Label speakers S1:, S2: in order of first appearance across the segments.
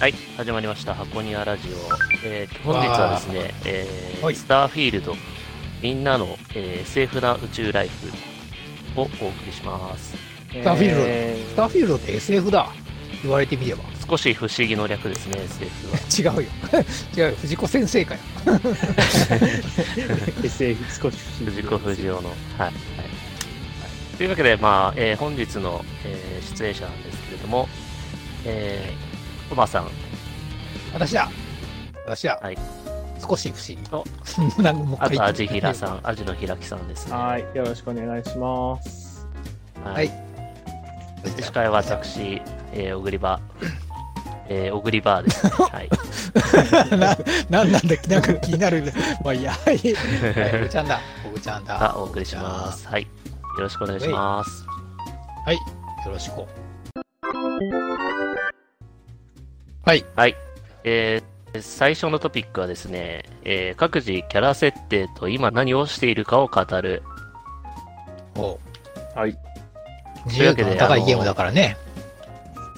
S1: はい、始まりました、箱庭ラジオ。えー本日はですね、えー
S2: はい
S1: スターフィールド、みんなの、えー SF な宇宙ライフをお送りします。
S2: スターフィールド
S3: えー
S2: スターフィールドって SF だ。言われてみれば。
S1: 少し不思議の略ですね、SF は。
S2: 違うよ。違うよ。藤子先生かよ。
S3: SF 少し不思議
S1: 藤子不二雄の。はい。はいというわけで、まあ、えー本日の、えー出演者なんですけれども、えー、コバさん、
S2: 私だ。私だ。
S1: はい
S2: 少し不思議。 なんかもう一
S1: あと
S2: 回言
S1: ア
S2: って
S1: ジヒラさん、アジのひらきさんですね。
S3: はい、よろしくお願いします。
S1: はい。司会は私、えー、小栗場、えー、小栗バーです、ね。はい。
S2: な、 なんなんだっけなんか気になる。 まあ、いいや、はい。はいおぐちゃんだ。おぐちゃんだ
S1: が。お送りします。はい。よろしくお願いします。
S2: はい。よろしく。はい。
S1: はい。えー最初のトピックはですね、えー各自キャラ設定と今何をしているかを語る。
S2: おう
S3: はい。
S2: 自由度の高いゲームだからね。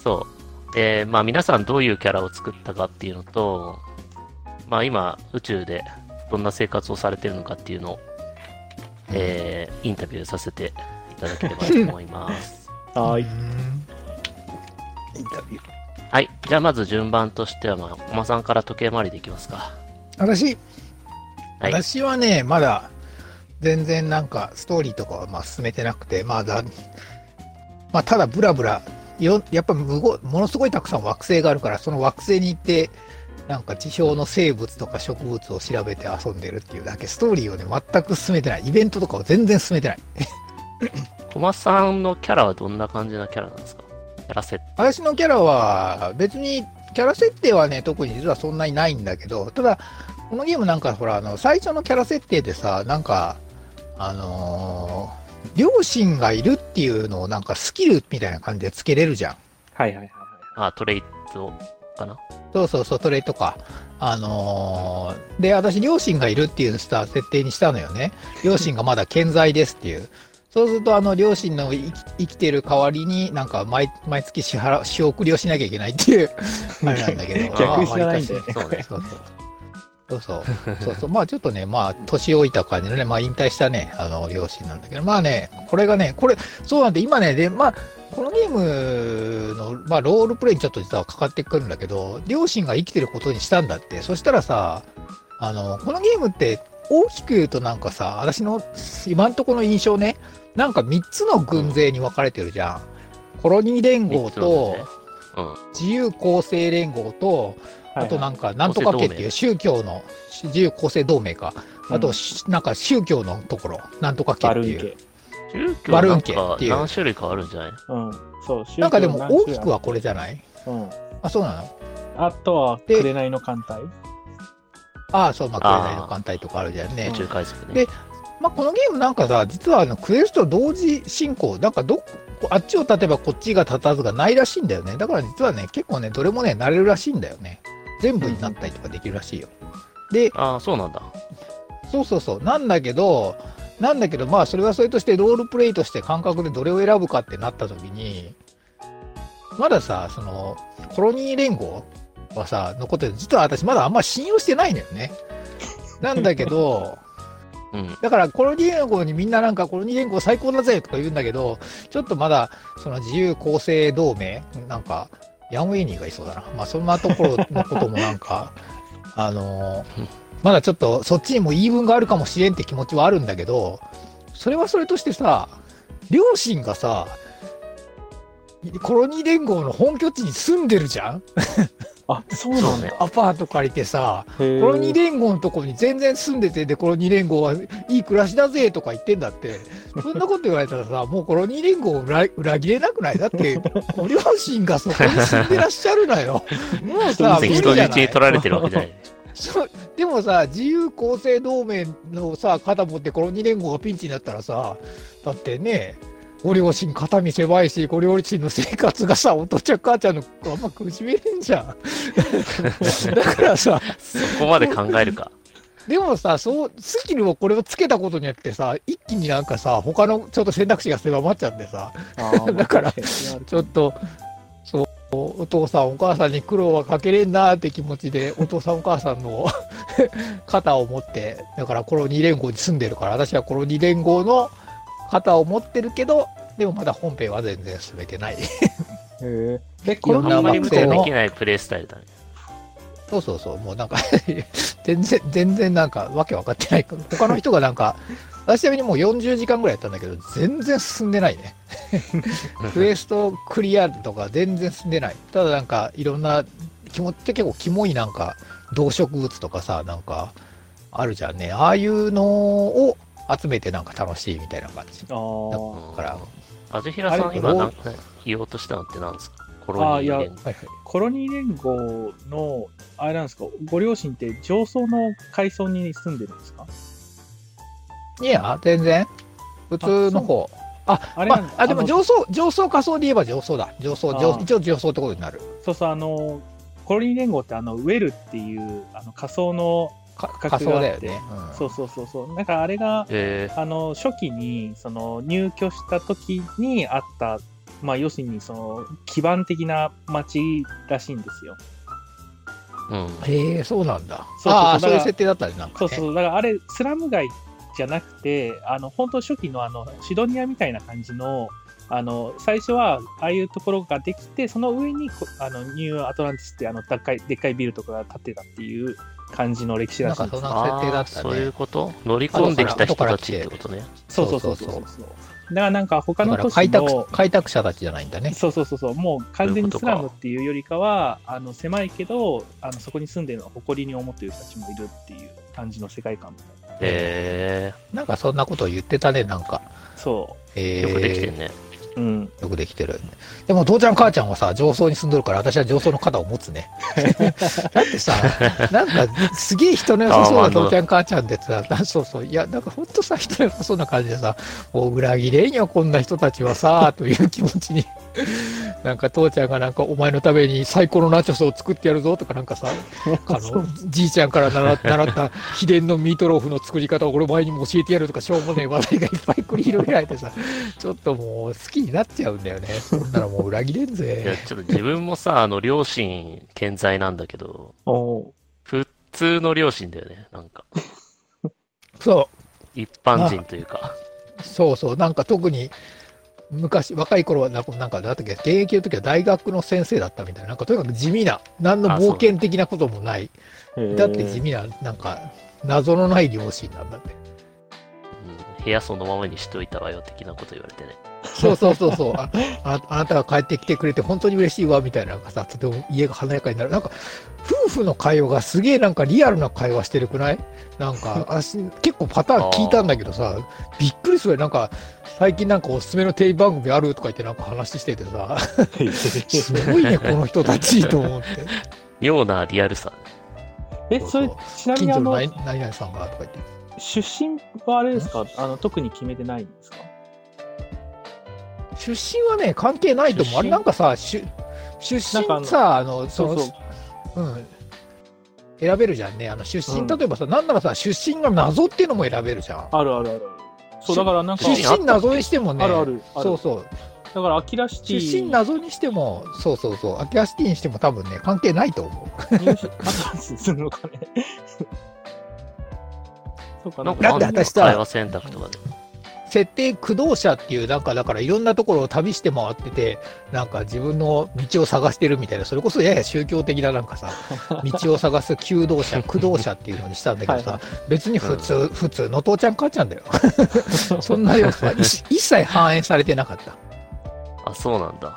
S1: そう。えーまあ皆さんどういうキャラを作ったかっていうのと、まあ今宇宙でどんな生活をされてるのかっていうのを、えーインタビューさせていただければと思います。
S3: は
S2: う
S3: い。
S2: んインタビュー。
S1: はい。じゃあ、まず順番としては、まあ、コマさんから時計回りでいきますか。
S2: 私、
S1: はい。
S2: 私はね、まだ全然なんかストーリーとかはまあ進めてなくて、まあだ、まあ、ただブラブラ、よやっぱむごものすごいたくさん惑星があるから、その惑星に行って、なんか地表の生物とか植物を調べて遊んでるっていうだけ、ストーリーをね、全く進めてない。イベントとかを全然進めてない。
S1: コマさんのキャラはどんな感じなキャラなんですかキャラセット。
S2: 私のキャラは別にキャラ設定はね特に実はそんなにないんだけどただこのゲームなんかほらあの最初のキャラ設定でさなんかあのー両親がいるっていうのをなんかスキルみたいな感じでつけれるじゃん
S3: はいはいはい。
S1: あ、トレイツを、かな
S2: そうそうそうそれとかあのーで私両親がいるっていうスター設定にしたのよね両親がまだ健在ですっていうそうするとあの両親の生き生きてる代わりになんか毎毎月支払う仕送りをしなきゃいけないって いうあれなんだけど
S3: 逆に知らないんだよね。
S1: そうね。
S2: そう そう。そうそう。そうそう。まあちょっとね、まあ年老いた感じのね、まあ引退したね、あの、両親なんだけど、まあね、これがね、これ、そうなんで、今ね、で、まあ、このゲームの、まあロールプレイにちょっと実はかかってくるんだけど、両親が生きてることにしたんだって。そしたらさ、あの、このゲームって大きく言うとなんかさ、私の今んとこの印象ね、なんか3つの軍勢に分かれてるじゃん。コロニー連合と、
S1: うん。
S2: 自由構成連合と、あとなんか、なんとか家っていう宗教の自由構成同盟か。あと、しなんか宗教のところ、なんとか家
S3: バ
S2: って
S3: ルーン
S2: い
S3: 系。
S2: う。
S1: 宗教
S2: バルー
S1: な
S2: ン
S1: ん
S2: 家っ
S1: か
S2: ていう
S1: 何種類かあるんじゃない
S3: うん。そう、宗教
S2: なんかでも大きくは
S3: 何
S2: これじゃない
S3: 種類ある。
S2: あ、そうなの
S3: うん。あとは、
S2: で
S3: 紅の艦隊。
S2: ああ、そう、まあ、
S1: あー
S2: 紅の艦隊とかあるじゃんね
S1: 宇
S3: う。ん
S1: 宙海賊ね。
S2: でまあ、このゲームなんかさ、実はあのクエスト同時進行、なんかどっあっちを立てばこっちが立たずがないらしいんだよね。だから実はね、結構ね、どれもね、慣れるらしいんだよね。全部になったりとかできるらしいよ。で、
S1: ああ、そうなんだ。
S2: そうそうそう。なんだけど、なんだけど、まあ、それはそれとして、ロールプレイとして感覚でどれを選ぶかってなった時に、まださ、その、コロニー連合はさ、残ってて、実は私まだあんま信用してないのよね。なんだけど、
S1: うん。
S2: だからコロニー連合にみんななんかコロニー連合最高だぜとか言うんだけど、ちょっとまだその自由構成同盟、なんかヤンウェイニーがいそうだな。まあそんなところのこともなんか、 あのーまだちょっとそっちにも言い分があるかもしれんって気持ちはあるんだけど、それはそれとしてさ、両親がさ、コロニー連合の本拠地に住んでるじゃん
S3: あ、そうなんだ。へ
S2: アパート借りてさ、
S3: ー
S2: コロニー連合のとこに全然住んでて、で、コロニー連合はいい暮らしだぜとか言ってんだって、そんなこと言われたらさ、もうコロニー連合を裏裏切れなくないだって、ご両親がそこに住んでらっしゃるのよ。もうさ、無
S1: 別に
S2: 理じ
S1: 人
S2: ゃな
S1: 質に
S2: い
S1: 取られてるわけじゃ ない。
S2: そうでもさ、自由公正同盟のさ、肩持ってコロニー連合がピンチになったらさ、だってね、ご両親肩身狭いし、ご両親の生活がさ、お父ちゃん母ちゃんのあんま苦しめれんじゃん。 だからさ、
S1: そこまで考えるか。
S2: でもさ、そう、スキルをこれをつけたことによってさ、一気になんかさ、他のちょっと選択肢が狭まっちゃってさ、
S3: あーまあ
S2: だから
S3: 確にある
S2: ちょっと、そう、お父さんお母さんに苦労はかけれんなーって気持ち でお父さんお母さんの 肩を持ってだからコロニー連合に住んでるから私はコロニー連合の肩を持ってるけどでもまだ本編は全然進めてない
S4: へえ。
S2: 結
S4: コロニー
S1: あんまり無
S4: 学
S1: 茶
S4: 生
S1: で
S4: の
S1: きないプレイスタイルだね。
S2: そうそうそう、もうなんか、 全然、全然なんか、わけ分かってない。他の人がなんか、私ちなみにもう40時間ぐらいやったんだけど、全然進んでないね。 クエストクリアとか全然進んでない。ただなんか、いろんな、気持ち結構キモいなんか、動植物とかさ、なんか、あるじゃんね。ああいうのを集めてなんか楽しいみたいな感じ。
S4: ああ。
S2: だから、
S1: アジヒラさ
S4: あ
S1: ん、
S4: れ
S1: 今なんか言おうとしたのって何ですかコロ
S4: あい
S1: ニー
S4: や
S1: 連合
S2: はいはい。
S4: コロニー連合の、あれなんですか、ご両親って上層の階層に住んでるんですか
S2: いや、全然。普通の方。あ、
S4: あれ
S2: ま
S4: な
S2: あ
S4: んだ
S2: あ、でも
S4: あの
S2: 上層、上層仮想で言えば上層だ。上層、上
S4: あー
S2: 一応上層ってことになる。
S4: そうそう、あの、コロニー連合ってあの、ウェルっていう、あの、仮想の、
S2: か
S4: 価格
S2: 仮想
S4: があって
S2: だよね。うん
S4: そうそうそうそう、なんかあれが、
S1: え
S4: あの、初期に、その、入居した時にあった、まあ、要するに、その、基盤的な町らしいんですよ。
S1: ー、うん。
S2: へえ、そうなんだ。
S4: そうそう
S2: ああ、
S4: だか
S2: そう
S4: ら
S2: いう設定だったね、なんか
S4: そう
S2: ね。
S4: そう、だからあれ、スラム街じゃなくて、あの本当、初期のあのシドニアみたいな感じの、あの最初はああいうところができて、その上にこあのニューアトランティスってあのでっかいでっかいビルとかが建ってたっていう感じの歴史らしいんで
S2: な
S4: す
S2: んかそんな
S4: よ。
S1: あ
S2: 設定だ
S1: あ
S2: っ
S1: ー、
S2: たね
S1: そういうこと乗り込んできた人たちってことね。
S4: そうそうそうそう
S2: そ
S4: そうう
S2: そ
S4: そう。だからなんか他
S2: だか
S4: の
S2: ら
S4: 都市
S2: 開
S4: の
S2: 拓開拓者たちじゃないんだね。
S4: そうそうそうそう、もう完全に
S1: そういうこと
S4: ス
S1: か
S4: ラムっていうよりかは、あの狭いけどあの、そこに住んでるのを誇りに思っている人たちもいるっていう感じの世界観みたいな。
S1: え
S2: なんかそんなことを言ってたね、なんか。
S4: そ
S1: ー、
S2: え
S1: よくできて
S2: る
S1: ん。ね。
S4: う。うん。
S2: よくできてる。でも、父ちゃん、母ちゃんはさ、上層に住んどるから、私は上層の肩を持 つね。だってさ、なんか、すげえ人の良さそう
S1: あ
S2: な
S1: ーまあ
S2: 父ちゃん、母ちゃんでさ、なそうそう、いや、なんかほんとさ、人の良さそうな感じでさ、もう裏切れんよ、こんな人たちはさ、という気持ちに。なんか父ちゃんがなんかお前のために最高のナチョスを作ってやるぞとかなんかさあのじいちゃんから習 っ習った秘伝のミートローフの作り方を俺前にも教えてやるとかしょうもねえ話題がいっぱい繰り広げられてさちょっともう好きになっちゃうんだよねそんならもう裏切れん
S1: いや、
S2: ぜ
S1: ちょっと自分もさ、あの、両親健在なんだけど、
S4: おー
S1: 普通の両親だよね。なんか、
S2: そ
S1: 一般人というか。
S2: うそうそうなんか特に昔若い頃はなんかなんかなんだったっけ現役の時は大学の先生だったみたいななんかとにかく地味な何の冒険的なこともないだって地味ななんか謎のない両親なんだって
S1: うん部屋そのままにしといたわよ、的なこと言われてね。
S2: そうそうそうそうあああなたが帰ってきてくれて本当に嬉しいわみたいなのがさとても家が華やかになるなんか夫婦の会話がすげえなんかリアルな会話してるくないなん か私結構パターン聞いたんだけどさびっくりするよなんか最近なんかおすすめのテレビ番組あるとか言ってなんか話しててさすごいねこの人たちと思って
S1: 妙なリアルさ。
S4: え、
S2: そう
S4: そ
S2: そう
S4: れ、 ちなみ
S2: 近
S4: にあ
S2: 所
S4: の
S2: の、何何々さんがとか言って
S4: 出身はあれですかあの、特に決めてないんですか
S2: 出身はね関係ないと思
S4: 出
S2: う
S4: 身
S2: あれなんかさ出出
S4: なんかあ
S2: 身
S4: の
S2: さあのそ
S4: そ
S2: の
S4: うそう。
S2: うん、選べるじゃんねあの出身、
S4: うん
S2: 例えばさなんならさ出身が謎っていうのも選べるじゃん
S4: あるあるある。そう、
S2: し
S4: だからなんか
S2: 出、身謎にしてもね
S4: あるある。ある
S2: そうそう
S4: だから、アキラシティ。
S2: 出身謎にしてもそうそうそうアキアシティにしても多分ね関係ないと思
S4: 入手アトランティスするのか ね。そうか
S1: なん
S2: だ
S1: かあ
S2: っ
S1: ん
S2: て
S1: の、
S2: 私さ
S1: 会話選択とかで。
S2: う設定駆動者っていうなんかだからいろんなところを旅して回っててなんか自分の道を探してるみたいなそれこそやや宗教的ななん かさ道を探す求道者駆動者っていうのにしたんだけどさ
S4: はい
S2: 別に普通、普通の父ちゃん母ちゃ んだよそんな要素は一一切反映されてなかった
S1: あ、そうなんだ。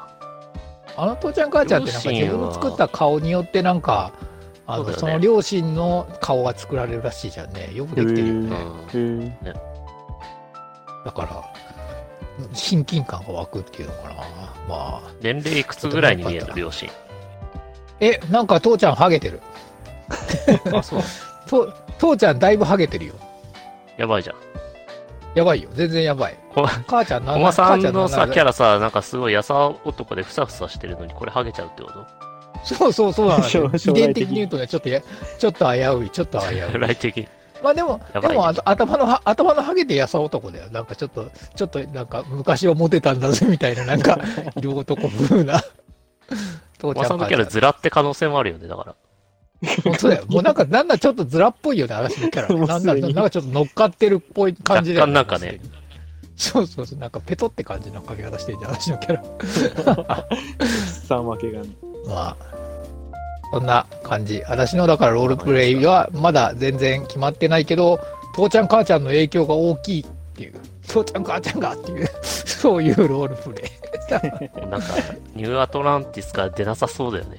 S2: あの父ちゃん母ちゃんってなんか
S1: 両
S2: 自
S1: 親は
S2: 分の作った顔によってなんかあの
S1: そうだよね
S2: その両親の顔が作られるらしいじゃんねよくできてるよ
S1: うん
S2: ね。
S4: へ
S2: だから親近感が湧くっていうのかなまあ
S1: 年齢いくつぐらいに見える両親。
S2: えなんか父ちゃんハゲてる
S1: あ、そう。
S2: と父ちゃんだいぶハゲてるよ
S1: やばいじゃん。
S2: やばいよ全然やばい
S1: こ
S2: 母ちゃんな
S1: おまさんの
S2: 母ちゃ
S1: さ、
S2: ん
S1: キャラさ、なんかすごい優男でふさふさしてるのに、これハゲちゃうってこと
S2: そうそうそうなんですよ遺
S4: 将来
S2: 伝
S4: 的に
S2: 的に言うとねちょっとやちょっと危ういちょっと 危うい
S1: 将 来的に。
S2: まあでも、
S1: や
S2: で
S1: ばいね
S2: もあと頭のは、頭のハゲでやさ男だよ。なんかちょっと、ち ょっとなんか昔はモテたんだぜみたいな、なんか、色男風な。父
S1: まあ、そのキャラズラって可能性もあるよね、だから。
S2: 本当 だよ。もうなんか、なんだちょっとずらっぽいよね、嵐のキャラね。
S4: もう
S2: なん
S4: す
S2: だ、
S4: でに
S2: なんかちょっと乗っかってるっぽい感じだよね。
S1: 若干なんかね。
S2: そうそうそう、なんかペトって感じのかけ方してるじゃん、嵐のキャラ。
S4: さんわけがね。
S2: まあ、そんな感じ。私のだからロールプレイはまだ全然決まってないけど、父ちゃん母ちゃんの影響が大きいっていう、父ちゃん母ちゃんがっていう、 そういうロールプレイ。
S1: なんか、ニューアトランティスから出なさそうだよね。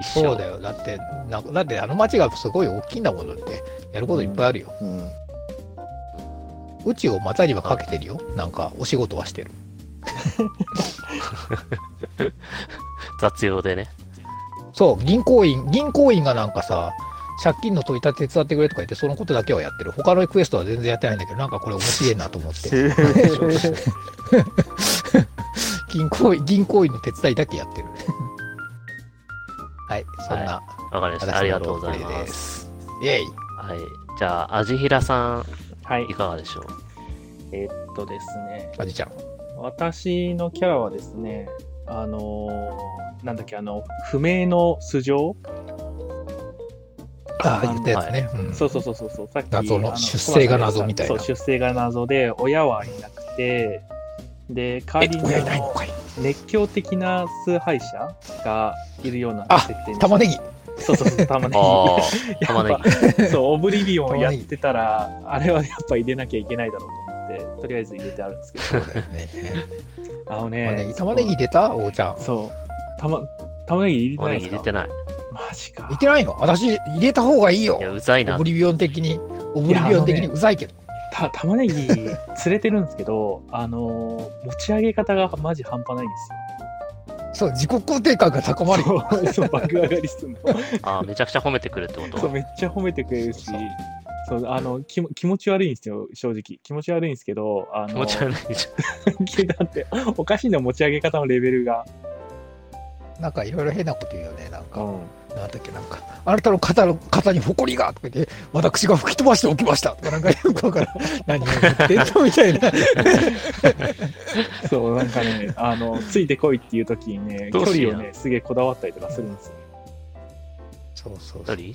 S1: 一生
S2: そうだよ。だって、なだってあの街がすごい大きいんだもんだって、やることいっぱいあるよ。
S5: うん。
S2: 宇宙を股にはかけてるよ。なんか、お仕事はしてる。
S1: 雑用でね。
S2: そう、銀行員、銀行員がなんかさ、借金の取り立て手伝ってくれとか言って、そのことだけはやってる。他のクエストは全然やってないんだけど、なんかこれ面白いなと思って。 銀行員、銀行員の手伝いだけやってる。はい、そんな、
S1: わかりました。ありがとうございます。
S2: す。イェイ。
S1: はい。じゃあ、アジヒラさ
S4: は
S1: ん、
S4: い
S1: い。かがでしょう
S4: えーっとですね、
S2: あじちゃん。
S4: 私のキャラはですね、あのーなんだっけ、あの、不明の素性
S2: ああ、言ったやつね。うん
S4: そうそうそうそうそう、さっき
S2: 謎の
S4: あ
S2: 出生が謎みたいな
S4: そう、出生が謎で、親はいなくて、で、代
S2: え
S4: わり、に
S2: 親
S4: あ
S2: いないの
S4: の
S2: かい。
S4: 熱狂的な崇拝者がいるような
S2: あ
S4: 設定に
S2: 玉ねぎ。
S4: そうそうそう、玉ね
S1: ああ、
S4: ぎ。
S1: 玉ね
S4: やっぱそう、オブリビオンやってたら、あれはやっぱ入れなきゃいけないだろうと思って、とりあえず入れてあるんですけど、
S2: そうだよね。
S4: あの
S2: 玉ね
S4: ね
S2: ぎ、玉ねぎ出たおうちゃん。
S4: そう、玉玉ねぎ
S1: ぎ。玉
S4: 入れてない
S1: ね
S4: で
S1: ぎ入
S4: すか
S1: れてない。
S4: マジか
S2: 入れ。てないの私、入れた方がいいよ
S1: い。や、うざい
S2: オ
S1: な
S2: ブ。リビオン的に、オブリビオン的にうざいけど。
S4: た玉ねぎ釣れてるんですけど、 あのー持ち上げ方がマジ半端ないんです
S2: そ
S4: よ。
S2: う、自己肯定感が高まるよ。
S4: そう そう爆上がりするの。
S1: ああ、めちゃくちゃ褒めてくるってこ
S4: そう
S1: と
S4: めっちゃ褒めてくれるし、そうあの気も気持ち悪いんですよ正直気持ち悪いんですけど、あ
S1: 気
S4: の
S1: 持ち悪いじ
S4: だっておかしいんだよ持ち上げ方のレベルが。
S2: なんかいろいろ変なこと言うよね。なんか、
S4: ん。
S2: なんだっけ、なんか、あなたの肩の肩に埃がとか言って、私が吹き飛ばしておきましたとか、なんかよくわからん。何を言ってんのみたいな。
S4: そうなんかねあのついてこいっていう時にね
S1: ど
S4: 距
S1: うしよう
S4: 離をねすげえこだわったりとかするんですよ。
S2: そうそう
S1: ゃ
S2: そ
S1: ん。
S2: う。
S1: 一人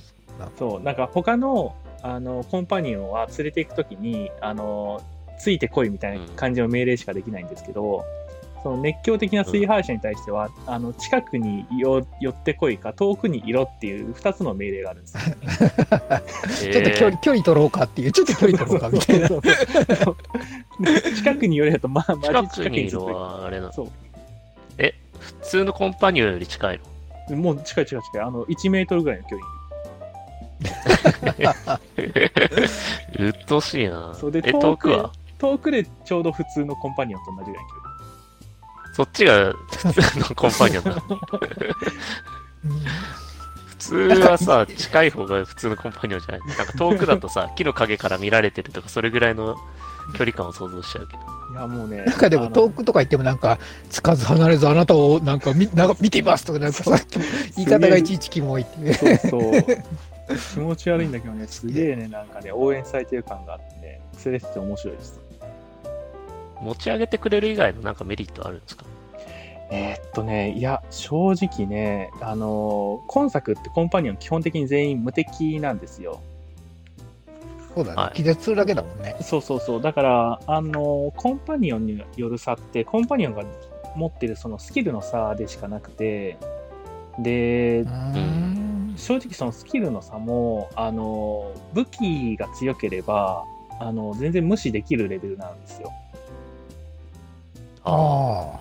S4: そうなんか他のあのコンパニオンは連れて行く時にあのついてこいみたいな感じの命令しかできないんですけど、その熱狂的な崇拝者に対しては、あの近くによ寄ってこいか遠くにいろっていう2つの命令があるんです よ。
S2: ちょっと距離、距離取ろうかっていう、ちょっと距離取ろうかみたいな。
S4: で近くに寄れるとまあマジ
S1: 近
S4: 近
S1: く
S4: く
S1: に
S4: に
S1: い
S4: ずっ
S1: る
S4: と
S1: は、あれな。
S4: そ
S1: え、普通のコンパニオンより近いの
S4: うもう近い近い近いあの1メートルぐらいの距離
S1: うっとうしいな
S4: そうで。
S1: え、
S4: 遠
S1: 遠
S4: く
S1: くは
S4: 遠くでちょうど普通のコンパニオンと同じぐらいの距離。
S1: そっちが普通のコンパニオンだ。
S2: うん
S1: 普通はさ、近い方が普通のコンパニオンじゃない。なんか遠くだとさ、木 の陰から見られてるとか、それぐらいの距離感を想像しちゃうけど。
S4: いやもうね
S2: なんかで
S4: あ
S2: も
S4: の
S2: 遠くとか行ってもなんか、つかず離れずあなたをなんか見なんか見ていますとか、なんかさ、言い方がいちいちキモいっていう。
S4: そう そう。気持ち悪いんだけどね、すげえね、なんかね、応援されてる感があってね、セレッソ面白いです。
S1: 持ち上げてくれる以外のなんかメリットあるんですか
S4: えーっとね、いや、正直ね、あのー今作ってコンパニオン基本的に全員無敵なんですよ。
S2: そうだね、
S1: はい
S2: 気絶するだけだもんね。
S4: そうそうそう。だから、あのーコンパニオンによる差って、コンパニオンが持ってるそのスキルの差でしかなくて、で
S2: う、ーん。
S4: 正直そのスキルの差もあの武器が強ければあの全然無視できるレベルなんですよ
S1: あ
S2: あ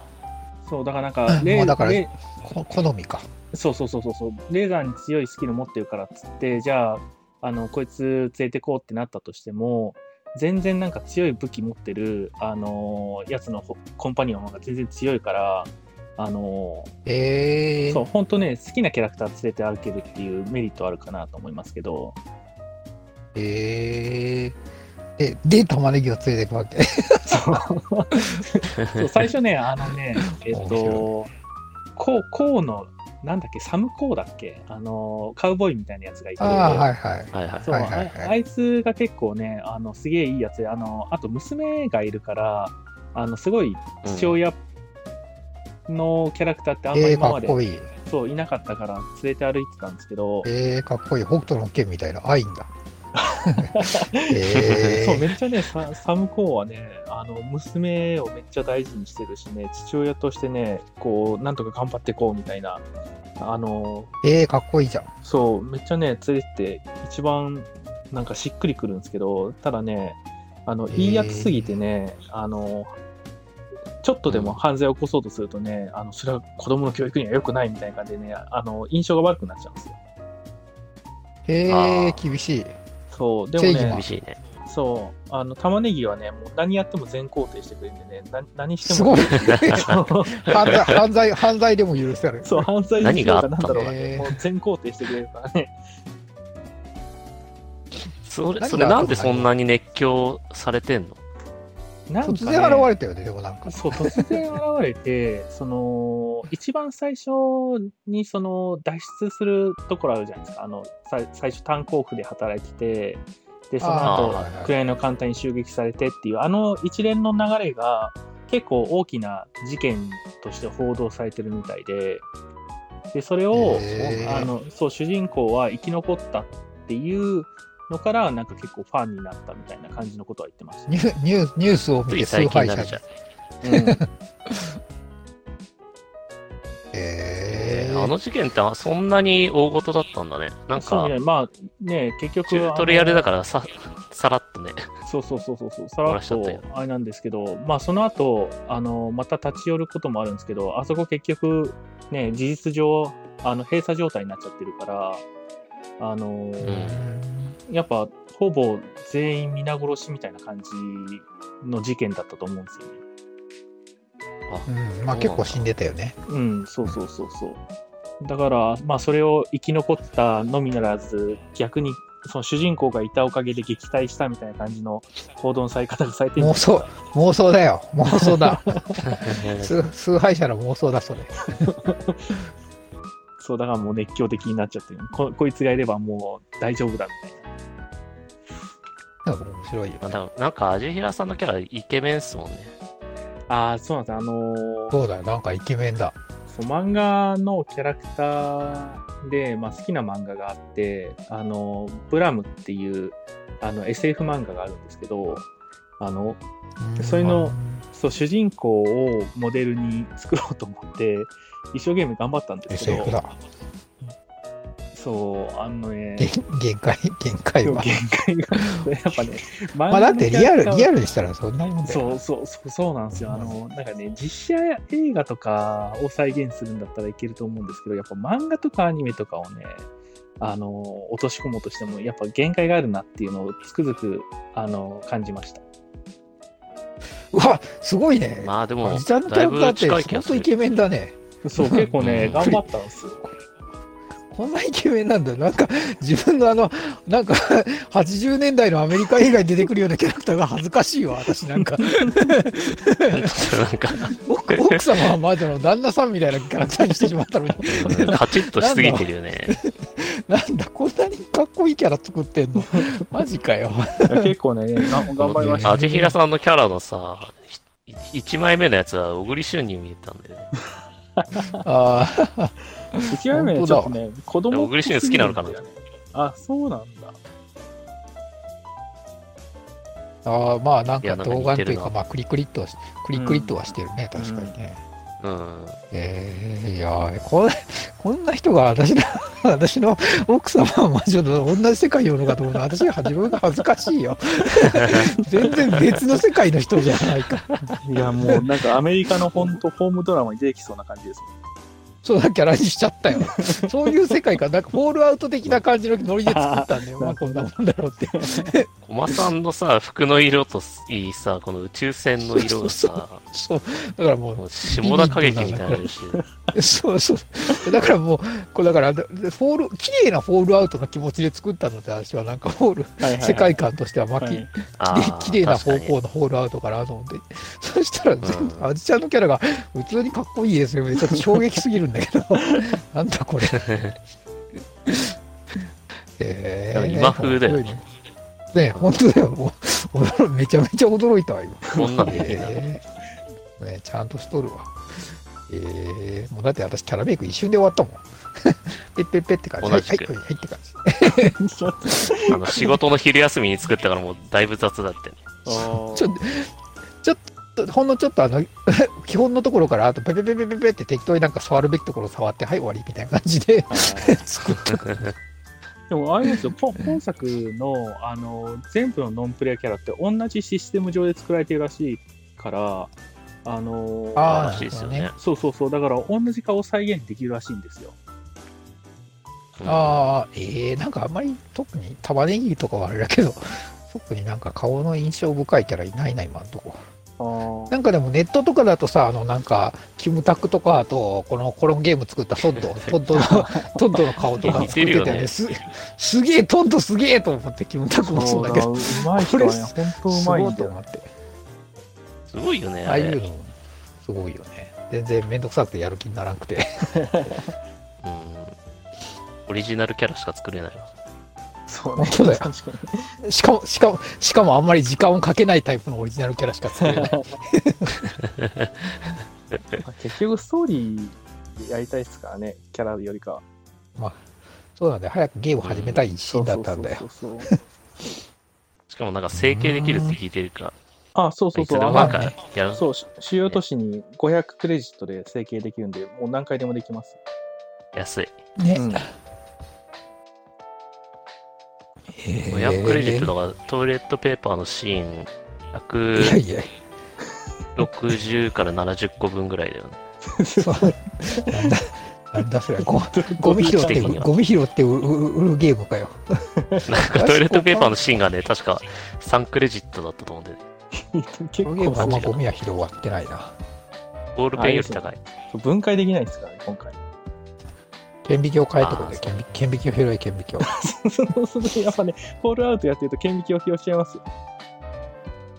S4: そうだからなんかレ
S2: も
S4: ー
S2: うだから
S4: レ
S2: あ、こ好みか。
S4: そうそうそうそうそうレーザーに強いスキル持ってるからっつってじゃああのこいつ連れてこうってなったとしても全然なんか強い武器持ってるあのやつのほコンパニオンの方が全然強いからあの
S2: ええー。
S4: そう本当ね好きなキャラクター連れて歩けるっていうメリットあるかなと思います けど
S2: ええー。で、で、玉ねぎを連れていくわけ。
S4: そう最初ね、あの ね、えっ
S2: 面
S4: と、こう、こうの、なんだっけ、サムコウだっけ、あの、カウボーイみたいなやつがいて、
S2: ああ、はいはい。
S1: はいはい。
S4: そう
S2: はいはいはい
S4: ああいつが結構ね、あのすげえいいやつで、あのあと娘がいるから、あのすごい父親のキャラクターってあんま
S2: え
S4: り
S2: えー、
S4: 今
S2: か
S4: ま
S2: っ
S4: で、
S2: こいい。
S4: そういなかったから連れて歩いてたんですけど、
S2: えー、かっこいい。北斗の剣みたいな。愛んだ。え
S4: そう
S2: ー、
S4: めっちゃねササムコーンはねあの娘をめっちゃ大事にしてるしね父親としてねこうなんとか頑張ってこうみたいなあの
S2: えー、かっこいいじゃん。
S4: そうめっちゃね連れてって一番なんかしっくりくるんですけどただねあの
S2: へー
S4: いいやつすぎてね、あのちょっとでも犯罪を起こそうとするとね、あのそれは子供の教育には良くないみたいな感じでねあの印象が悪くなっちゃうんですよ
S2: え
S1: あ
S2: ー、
S1: ー
S2: 厳しい。
S4: そうでも
S2: 正義
S4: ね
S2: の
S1: 厳しいね。
S4: そう、あの玉ねぎはね、もう何やっても全肯定してくれてね、な何して
S2: す
S4: も
S2: ごい。
S4: そう
S2: 犯罪、犯罪、犯罪でも許せる。
S4: そう、犯罪
S1: 何
S4: よ
S1: があ
S4: う
S1: っ
S4: か
S1: たの
S4: なんだろうが
S2: へ
S4: ね、
S2: ー
S4: もう全肯定してくれるからね、
S1: それ、
S2: 何が
S1: それなんでそんなに熱狂されてんの
S4: なん
S2: 突
S4: か
S2: 然現
S4: ね、
S2: れたよね、でもなんか。
S4: そう突然現 れて、その一番最初にその脱出するところあるじゃないですか、あのさい最初、炭鉱夫で働いてて、でその
S1: あー
S4: 後
S1: はい
S2: はい
S4: 暗いの艦隊に襲撃されてっていうあの一連の流れが結構大きな事件として報道されてるみたいででそれを、
S2: へー
S4: あのそう主人公は生き残ったっていうのからなんか結構ファンになったみたいな感じのことは言ってまし た、
S2: ニュニューニュースを見
S1: つ
S2: て
S1: い最
S2: 崇
S1: 近
S2: 拝
S1: になる
S2: 者に
S1: じゃん。
S4: うん
S2: え
S1: えーあ
S2: ー、
S1: の事件ってそんなに大事だったんだね。なん
S4: そう
S1: か、
S4: ねまあね結局
S1: チュートリアルだからさ、 さらっ とね。
S4: そうそうそうそうそう、さらっ
S1: 漏らしちゃ
S4: と
S1: った
S4: あれなんですけど、まあその後あのまた立ち寄ることもあるんですけど、あそこ結局、ね、事実上、あの閉鎖状態になっちゃってるから、あのやっぱほぼ全員皆殺しみたいな感じの事件だったと思うんですよね。
S2: うん、まあ結構死んでたよね。
S4: うん、そうそうそうそう。だから、まあそれを生き残ったのみならず、逆にその主人公がいたおかげで撃退したみたいな感じの報道のされ方がされてるん
S2: 妄
S4: ですよ
S2: 想、妄想だよ。妄想だ。崇崇拝者の妄想だ、それ。
S4: そうだからもう熱狂的になっちゃってるここいつがいればもう大丈夫だみたいな
S2: 面白いよ。
S1: まあでもなんか、アジヒラさんのキャライケメンっすもんね。
S4: ああそうなんですあのー
S2: そうだよ、なんかイケメンだ。
S4: そう漫画のキャラクターで、まあ、好きな漫画があってあのーブラムっていうあの SF 漫画があるんですけどあの
S2: うん
S4: それの
S2: ま
S4: そう主人公をモデルに作ろうと思って一生懸命頑張ったん
S2: あ
S4: ですけ
S2: SF
S4: ど
S2: だ。
S4: そうあのね
S2: 限限界、限界
S4: 限
S2: は。
S4: 界がやっぱね漫
S2: まあだってリアル、リ
S4: ル
S2: アルにしたらそんなもんだ
S4: そ
S2: よ。
S4: うそうそうそうなんですよ。あのなんかね実写映画とかを再現するんだったらいけると思うんですけどやっぱ漫画とかアニメとかをねあの落とし込もうとしてもやっぱ限界があるなっていうのをつくづくあの感じました。
S2: うわ、すごいね。
S1: まあで
S2: お
S1: も、
S2: じさんのキャ
S1: だい
S2: ラクタ
S1: ぶ
S2: ー
S1: 近
S2: っ
S1: い
S2: て
S1: 気
S2: 本
S1: が
S2: 当
S1: す
S2: イ
S1: る。
S2: ケメンだね。
S4: そう結構ね
S1: うん
S4: 頑張ったんですよ。
S2: こんなイケメンなんだよ。なんか自分のあの、なんか80年代のアメリカ映画に出てくるようなキャラクターが恥ずかしいわ、私なん か。
S1: なんか、
S2: 奥奥様は魔女の旦那さんみたいなキャラクターにしてしまったのに。
S1: カチッとしすぎてるよね。
S2: なんだ、こんなにかっこいいキャラ作って んの。マジかよ。
S4: 結構ねが頑張りました。
S1: アジヒラさんのキャラのさ、1枚目のやつは小栗旬に見えたんだよね。
S2: ああ、
S4: 一番目ね
S2: 本
S4: ち
S2: 当
S4: ょ
S2: だ
S4: っとね子供っぽすぎるんだよね
S1: 小栗旬好きなの
S4: あそうなんだ。
S2: ああまあなん
S1: いやな
S2: か
S1: んか
S2: 動
S1: 似
S2: 画
S1: て
S2: と
S1: るな
S2: いうか、まあクリクリっとし、クリクリっとはしてるね、確かにね。
S1: うん。
S2: ええいやーこん、こんな人が私の、 私の奥様は魔女と同じ世界にいるのかと思うの私は自分が恥ずかしい よ。全然別の世界の人じゃないか。
S4: いやもうなんかアメリカの本当ホームドラマに出てきそうな感じです
S2: そうなキャラにしちゃったよ。そういう世界か、なんかフォールアウト的な感じのノリで作った んだよ。まあこんなもんだろうって。
S1: 駒さんのさ、服の色といいさ、この宇宙船の色がさ、
S2: そう。だからもう
S1: もう下田歌劇みたいなのにしてる
S2: そうそう。だからもう、こうだから、でフォール、綺麗なフォールアウトの気持ちで作ったので、私はなんかフォール、
S4: はいはいはい
S2: 世界観としては、まあ、き
S4: はい
S1: あ
S2: き
S1: ー
S2: 綺麗な方
S1: 確かに
S2: 向のフォールアウトかなと思って。そしたら、全
S1: う
S2: 部
S1: ん
S2: アジちゃんのキャラが、普通にかっこいいですよね。ちょっと衝撃すぎるんだ けど、なんだこれ。え
S1: でも今風だよ
S2: 面白いね。ね本当だよ。もう驚めちゃめちゃ驚いたわ、今。
S1: こんなんでいいんだ
S2: えーね、ちゃんとしとるわ。えー、もうだって私、キャラメイク一瞬で終わったもん。 ペッペッペッって感じ。
S1: 同じく
S2: はい、はい、はいって感じ。
S1: あの仕事の昼休みに作ったからもうだいぶ雑だってね。
S4: お
S2: ち
S4: ー
S2: ょちょっと、ほんのちょっとあの、 基本のところから、あとペペペペペペって適当になんか触るべきところ触って、はい、終わりみたいな感じで
S4: あー
S2: 作った。
S4: でもあれなんですよ、こ本作のあの全部のノンプレイキャラって同じシステム上で作られてるらしいから、あの
S2: あー
S1: らしいですよね。
S4: そうそうそう、だから同じ顔を再現できるらしいんですよ。
S2: ああ、えー、なんかあんまり特に玉ねぎとかはあれだけど、特になんか顔の印象深いキャラいないな、今んとこ。
S4: あ
S2: なんかでもネットとかだとさ、あのなんか、キムタクとか、あと、このコロンゲーム作ったトッド、トッドの、トッドの顔とか作ってたよね。すすげえ、トッドすげえと思って、キムタクも そうだけ ど、
S4: うまい人はね、
S2: こ
S4: 本当う
S2: す
S4: まい
S2: ごい
S4: んだ
S2: と
S4: よ
S2: 思。って。
S1: すごいよね。
S2: あ
S1: あ
S2: あ
S1: れ
S2: いうの、すごいよね。全然めんどくさくてやる気にならなくて。
S1: うんオリジナルキャラしか作れないわ。
S4: そう
S2: 本当だよ
S4: 確かに
S2: しかも、しかも、しかもあんまり時間をかけないタイプのオリジナルキャラしか作れない。
S4: まあ結局ストーリーやりたいですからね、キャラよりかは。
S2: そうなんで、早くゲーム始めたい一心だったんだよ。
S4: そうそうそうそう
S1: しかもなんか整形できるって聞いてるから、
S4: あ、そうそう
S1: いつで
S4: そう。
S1: も
S2: ま
S1: な
S2: あ
S1: んかやる。
S4: そう、し主要都市に500クレジットで整形できるんで、もう何回でもできます。
S1: 安い。
S2: ね。
S4: うん
S2: えー
S1: 500クレジットだからトイレットペーパーのシーン
S2: いやいや、
S1: 160から70個分ぐらいだよね。
S2: そうなんだ、なんだそれ、ゴゴミ拾っ
S1: 定
S2: て、
S1: 期的には
S2: ゴミ拾って売る売るゲームかよ。
S1: なんかトイレットペーパーのシーンがね、確か3クレジットだったと思うんで、
S4: 結
S2: このゲームはあんま
S4: 構
S2: ゴミは拾わってないな。
S1: ボールペンより高い。
S4: そう分解できないですからね、今回。
S2: 顕微鏡変えてくる
S1: あ
S2: ね
S1: ー
S2: 顕微顕微鏡拾い顕微鏡。
S4: そのそのやっぱね、フォールアウトやってると顕微鏡を拾っちゃいます。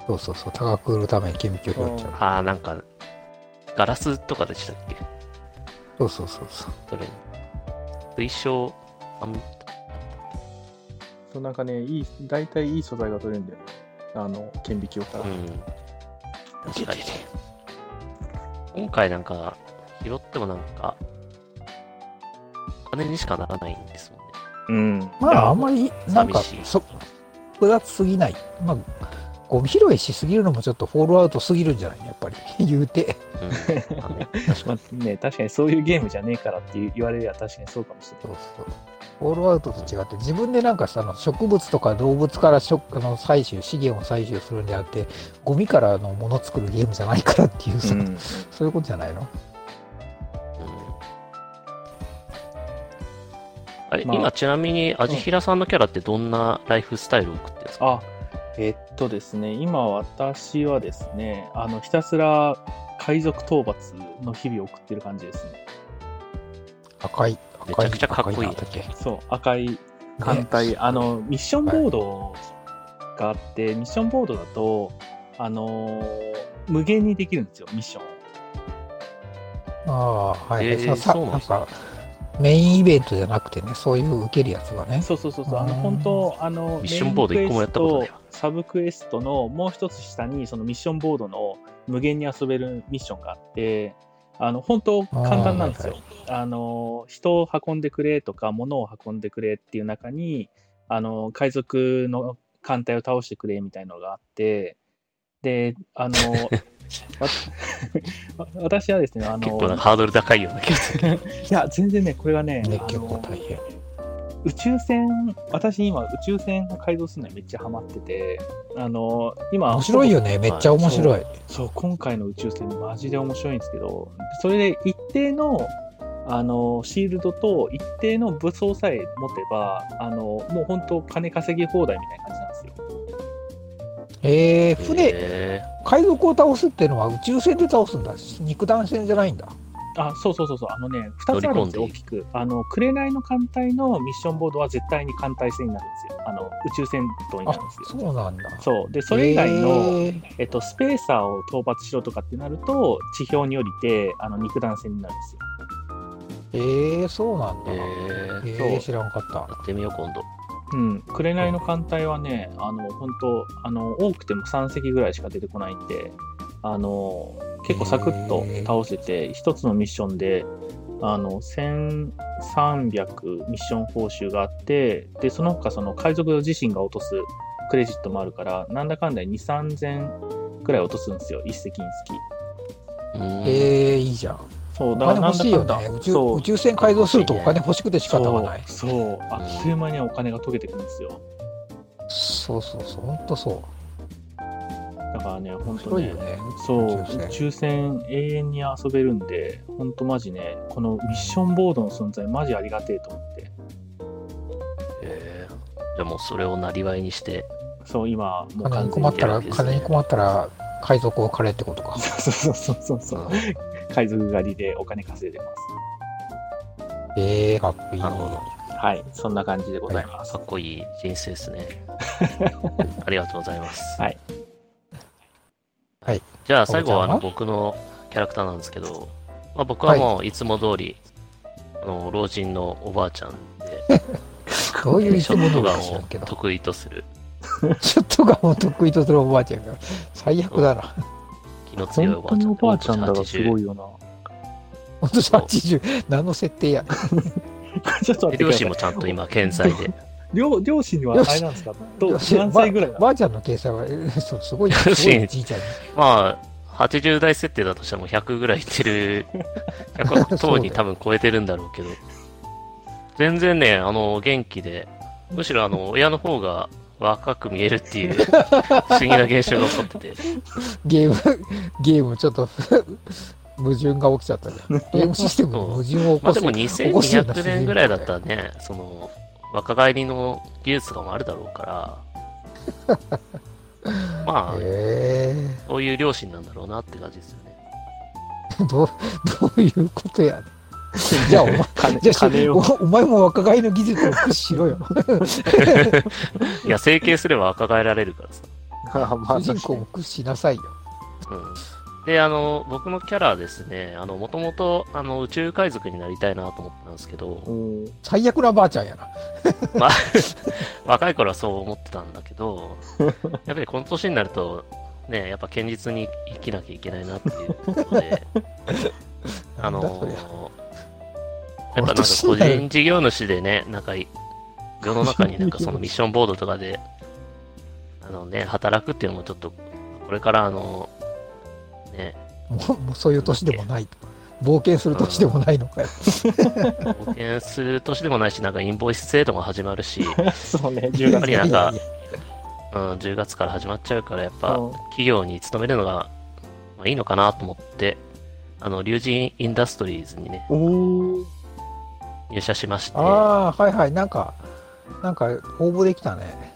S2: そうそうそう、高く売るために顕微鏡拾っちゃう。
S1: ああ、なんか、ガラスとかでしたっけ
S2: そうそうそうそう。
S1: それ。水晶、あん
S4: そうなんかね、いい大体いい素材が取れるんだよ。あの、顕微鏡から。
S1: うん。確かに。今回なんか、拾ってもなんか、お金にしかならないんですもんね。
S4: うん。
S2: まあ、あんまり、なんか
S1: 寂し、い
S2: そ複雑すぎない。まあ、ゴミ拾いしすぎるのもちょっとフォールアウトすぎるんじゃないやっぱり。 言うて。
S1: うん。あの
S4: まあね、確かにそういうゲームじゃねえからっていう言われれば確かにそうかもしれ
S2: そうそう。フォールアウトと違って、自分でなんかさ、あの植物とか動物からしょあの採取、資源を採取するんじゃなくて、ゴミからのもの作るゲームじゃないからっていうさ、
S4: ない。うん。
S2: そういうことじゃないの
S1: うんあれ、
S4: まあ
S1: 今ちなみに、アジヒラさんのキャラってどんなライフスタイルを送ってるんですか、
S4: あ、えっとですね、今私はですね、あの、ひたすら海賊討伐の日々を送ってる感じですね。
S2: 赤い、赤
S1: めちゃ
S2: い、
S1: くちゃかっこいい
S2: 赤なんだっけ
S4: そう、赤い艦隊、あのミッションボードがあって、ミッションボードだとあのー無限にできるんですよミッションを
S2: ああ、はい。
S1: えー
S2: ささ
S1: そうな
S2: なんん
S1: ですか
S2: か、メインイベントじゃなくてね、そういう受けるやつがね。
S4: そうそうそうそうあの
S2: うん
S4: 本当あの
S1: ミッションボード一個もやったことないわ
S4: メインクエストサブクエストのもう一つ下にそのミッションボードの無限に遊べるミッションがあってあの本当簡単なんですよあの人を運んでくれとか物を運んでくれっていう中にあの海賊の艦隊を倒してくれみたいのがあってで あのわ 私はですねあの
S1: 結構なんかハードル高いような気がする。
S4: いや全然ねこれがね
S2: ね
S4: あ、の
S2: 結構大変。
S4: 宇宙船私今宇宙船を改造するのにめっちゃハマっててあの今
S2: 面白いよね、めっちゃ面白い。
S4: そう今回の宇宙船マジで面白いんですけどそれで一定のあのシールドと一定の武装さえ持てばあのもう本当金稼ぎ放題みたいな感じなんですよ。
S2: えー、船、
S1: へ
S2: 海賊を倒すっていうのは宇宙船で倒すんだ。肉弾戦じゃないんだ。
S4: あそうそうそうそうあのね2つあるんですよ
S1: 乗り込んで
S4: 大
S1: い
S4: きくあの紅の艦隊のミッションボードは絶対に艦隊戦になるんですよあの宇宙戦闘にな
S2: あ
S4: るんです
S2: そ
S4: よ
S2: うなんだ。
S4: そうでそれ以外の、
S2: えー
S4: えっと、スペーサーを討伐しろとかってなると地表に降りてあの肉弾戦になるんですよ
S2: えー、そうなん
S1: え
S2: だ。え
S1: ー、や
S2: ー、知らんかった。
S1: ってみよう、今度。
S4: うん、紅の艦隊はね、あの本当あの多くても3隻ぐらいしか出てこないんで、あの結構サクッと倒せて、一つのミッションであの1300ミッション報酬があって、でその他その海賊自身が落とすクレジットもあるから、なんだかんだ2、3000くらい落とすんですよ、一石につき。
S1: うん
S2: えー、いいじゃん。
S4: そう、
S2: お
S4: だから
S2: 金
S4: な
S2: 欲
S4: んだ
S2: しい
S4: か
S2: よね。
S4: んだ、
S2: 宇宙
S4: そう
S2: 宇宙船改造するとお金欲しくて仕
S4: そ
S2: 方
S4: う
S2: がない。
S4: そう、あっという間にお金が溶けてくんですよ。
S2: そうそうそう、ほんとそう。
S4: だからね、本
S2: 面
S4: 当
S2: 白い
S4: ね
S2: よ、ね。
S4: そう
S2: 宇宙、船
S4: 宇宙船永遠に遊べるんで、本当マジね、このミッションボードの存在、マジありがてえと思って、
S1: えーじゃあもうそれをなりわいにして、
S4: そう、今、もう
S2: 金に
S4: 完全
S2: 困っ
S4: に
S2: たら、金に困ったら、海賊を借れってことか。
S4: そうそうそうそうそう、海賊狩りでお金稼いでます。
S2: えー、かっこいい。
S1: なるほど。
S4: はい、そんな感じでございます。
S1: かっこいい人生です ね。ありがとうございます。
S4: はい。
S2: はい。
S1: じゃあ最後はあの
S2: か
S1: 僕のキャラクターなんですけど、まあ、僕はもういつも通り、あの老人のおばあちゃんで、
S2: どういう生き
S1: 食
S2: 物
S1: と
S2: か
S1: が
S2: 知ら
S1: を
S2: んけど。
S1: 得意とする
S2: ショットガンを得意とするおばあちゃんが、最悪だな。
S1: 気の強いお
S4: 本
S1: ば
S4: 当
S1: あち
S4: に
S1: ゃん
S4: お
S1: で。
S4: ばあちゃ
S1: 80
S4: んだがすごいよな。
S2: ほんと
S1: そう
S2: 80、何の設定や。
S4: ちょっと待
S1: で
S4: っ
S1: 両
S4: てくださ
S1: 親
S4: い
S1: も。ちゃんと今健在で。
S4: 両両親にはあれなんですかどう何歳ぐらいな
S2: ば
S4: の
S2: ばあちゃんの計算は、えそうすご い、
S1: 両親
S2: すごいじいちゃん。
S1: まあ、80代設定だとしても100ぐらいいってる、100は当に多分超えてるんだろうけど、全然ね、あの、元気で、むしろあの、親の方が若く見えるっていう不思議な現象が起こってて、
S2: ゲーム、 ゲームちょっと、 矛盾が起きちゃった じゃん。ゲームシステムに矛盾を起
S1: まあ
S2: こ。
S1: ですも
S2: 起こすような
S1: 2200年ぐらいだったらね、その、若返りの技術とかもあるだろうから、まあ、
S2: え
S1: そういう両親なんだろうなって感じですよね。
S2: ー、 どう、どういうこと やねん。じゃあ、お前、
S4: 金
S2: じゃあし
S4: 金
S2: お
S4: を
S2: お前も若返りの技術を駆使しろ よ。
S1: いや、整形すれば若返られるからさ。
S2: 主人公も駆使しなさいよ。
S1: うんで、あの、僕のキャラはですね、あの、もともと、あの、宇宙海賊になりたいなと思ったんですけど、
S4: うん
S2: 最悪なばあちゃんやな。
S1: まあ、 若い頃はそう思ってたんだけど、 やっぱりこの年になると、ね、やっぱ堅実に生きなきゃいけないなっていうことで、あ
S2: なんだそり
S1: の、や
S2: ゃ
S1: っぱなんか
S2: この
S1: 個
S2: 年になる
S1: 人事業主でね、なんかい、世の中になんかそのミッションボードとかで、あのね、働くっていうのもちょっと、これからあの、ね、
S2: もうもうそういう年でもないと。冒険する年でもないのかよ。
S1: 冒険する年でもないし、なんかインボイス制度も始まる し、
S4: そうね、
S2: や
S4: 10
S2: っ
S1: やっぱ
S4: 月
S1: りなんか
S2: いやいや、
S1: うん、10月から始まっちゃうから、やっぱ
S4: うん
S1: 企業に勤めるのが、まあ、いいのかなと思って、あの、龍神インダストリーズにね、
S4: おー
S1: 入社しまして、は
S2: ああ、はいはい。なんか、なんか応募できたね。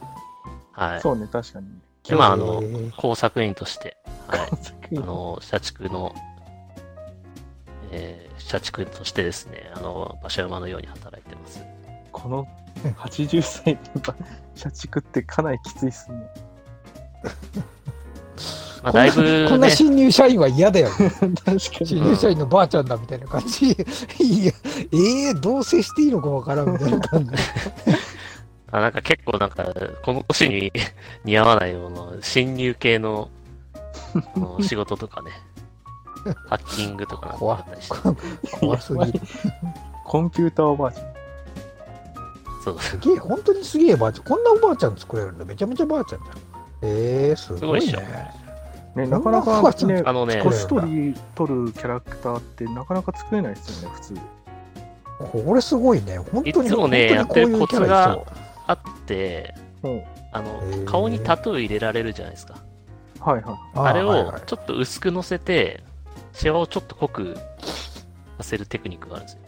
S1: い。
S4: そうね、確かに。
S1: で、まあ、あの
S2: へ、ー
S1: 工作員として、はい。あ
S4: うん
S1: の、社畜の、えー社畜としてですね、あの、馬車馬のように働いてます。
S4: この80歳の社畜ってかなりきついっすね。
S1: まあ、だいぶ
S2: こんな
S1: ね、
S2: 新入社員は嫌だよ、 ね。
S4: 確かに。
S2: 新入社員のばあちゃんだみたいな感じ。いや、えー、どう接していいのかわからんみたいな感じ。
S1: あなんか結構なんか、この年に 似合わないような、新入系 のあの仕事とかね、ハッキングとかなんかやったりして、
S2: 怖すぎる。
S4: コンピューターおばあちゃん。
S1: そうす
S2: すげえ、本当にすげえばあちゃん。こんなおばあちゃん作れるんだ。めちゃめちゃばあちゃんじゃん。えー、すごい
S1: すごい
S2: ね。
S4: ね、
S2: ん
S4: なかな
S2: おばあ
S4: か
S2: ちゃん
S4: ね、
S1: あのね、
S4: 年取り取るキャラクターってなかなか作れないっすよね、普通。
S2: これすごいね。本当に
S1: いつもね
S2: 本当にこういうキャラい
S1: やっ
S2: そう
S1: あって、
S4: うん
S1: あの
S2: へー、
S1: 顔にタトゥー入れられるじゃないですか。
S4: はいはい。
S2: ー
S1: あれ
S2: はい
S1: を
S2: はい
S1: ちょっと薄く乗せて、シワをちょっと濃くさせるテクニックがあるんですよ。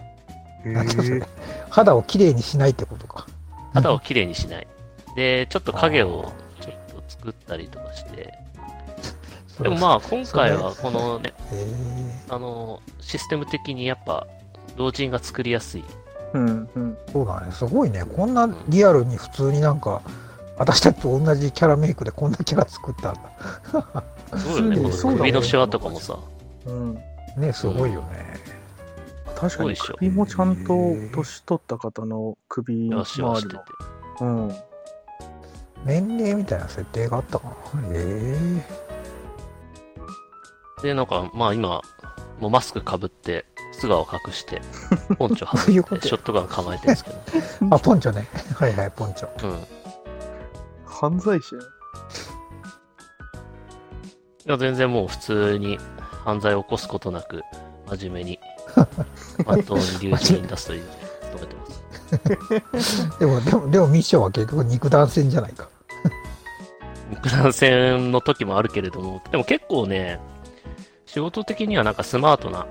S2: なんだそれ肌をきれいにしないってことか。
S1: 肌をきれいにしない。で、ちょっと影をちょっと作ったりとかして、でもまあ今回はこのね、
S2: あ、え
S1: あのシステム的にやっぱ老人が作りやすい
S4: うんうん。
S2: ー、そうだね、すごいね、こんなリアルに普通になんか、私たちと同じキャラメイクでこんなキャラ作ったんだ。
S1: すごいよねこ
S2: そうねそう
S1: の
S2: だね
S1: 首のシワとかもさ
S4: うん、
S2: ね、すごいよね。
S4: 確か
S1: そう
S4: に
S1: でしょ
S4: 首もちゃんと年取った方の首
S1: シ
S4: の
S1: ワシワし
S4: 周
S1: て
S4: り
S1: て
S4: の、うん、
S2: 年齢みたいな設定があったかな。え
S1: で、なんか、まあ今、もうマスクかぶって、素顔隠して、ポンチョ
S6: どういうこ
S1: 外して、
S6: と
S1: ショットガン構えてるんですけど。
S6: あ、ポンチョね。はいはい、ポンチョ。
S1: うん。い
S4: 犯罪者
S1: や、全然もう普通に犯罪を起こすことなく、真面目に、まっとうに留置に出すという、努めてます。
S6: でも、でも、でもミッションは結局肉弾戦じゃないか。
S1: 肉弾戦の時もあるけれども、でも結構ね、仕事的にはなんかスマートな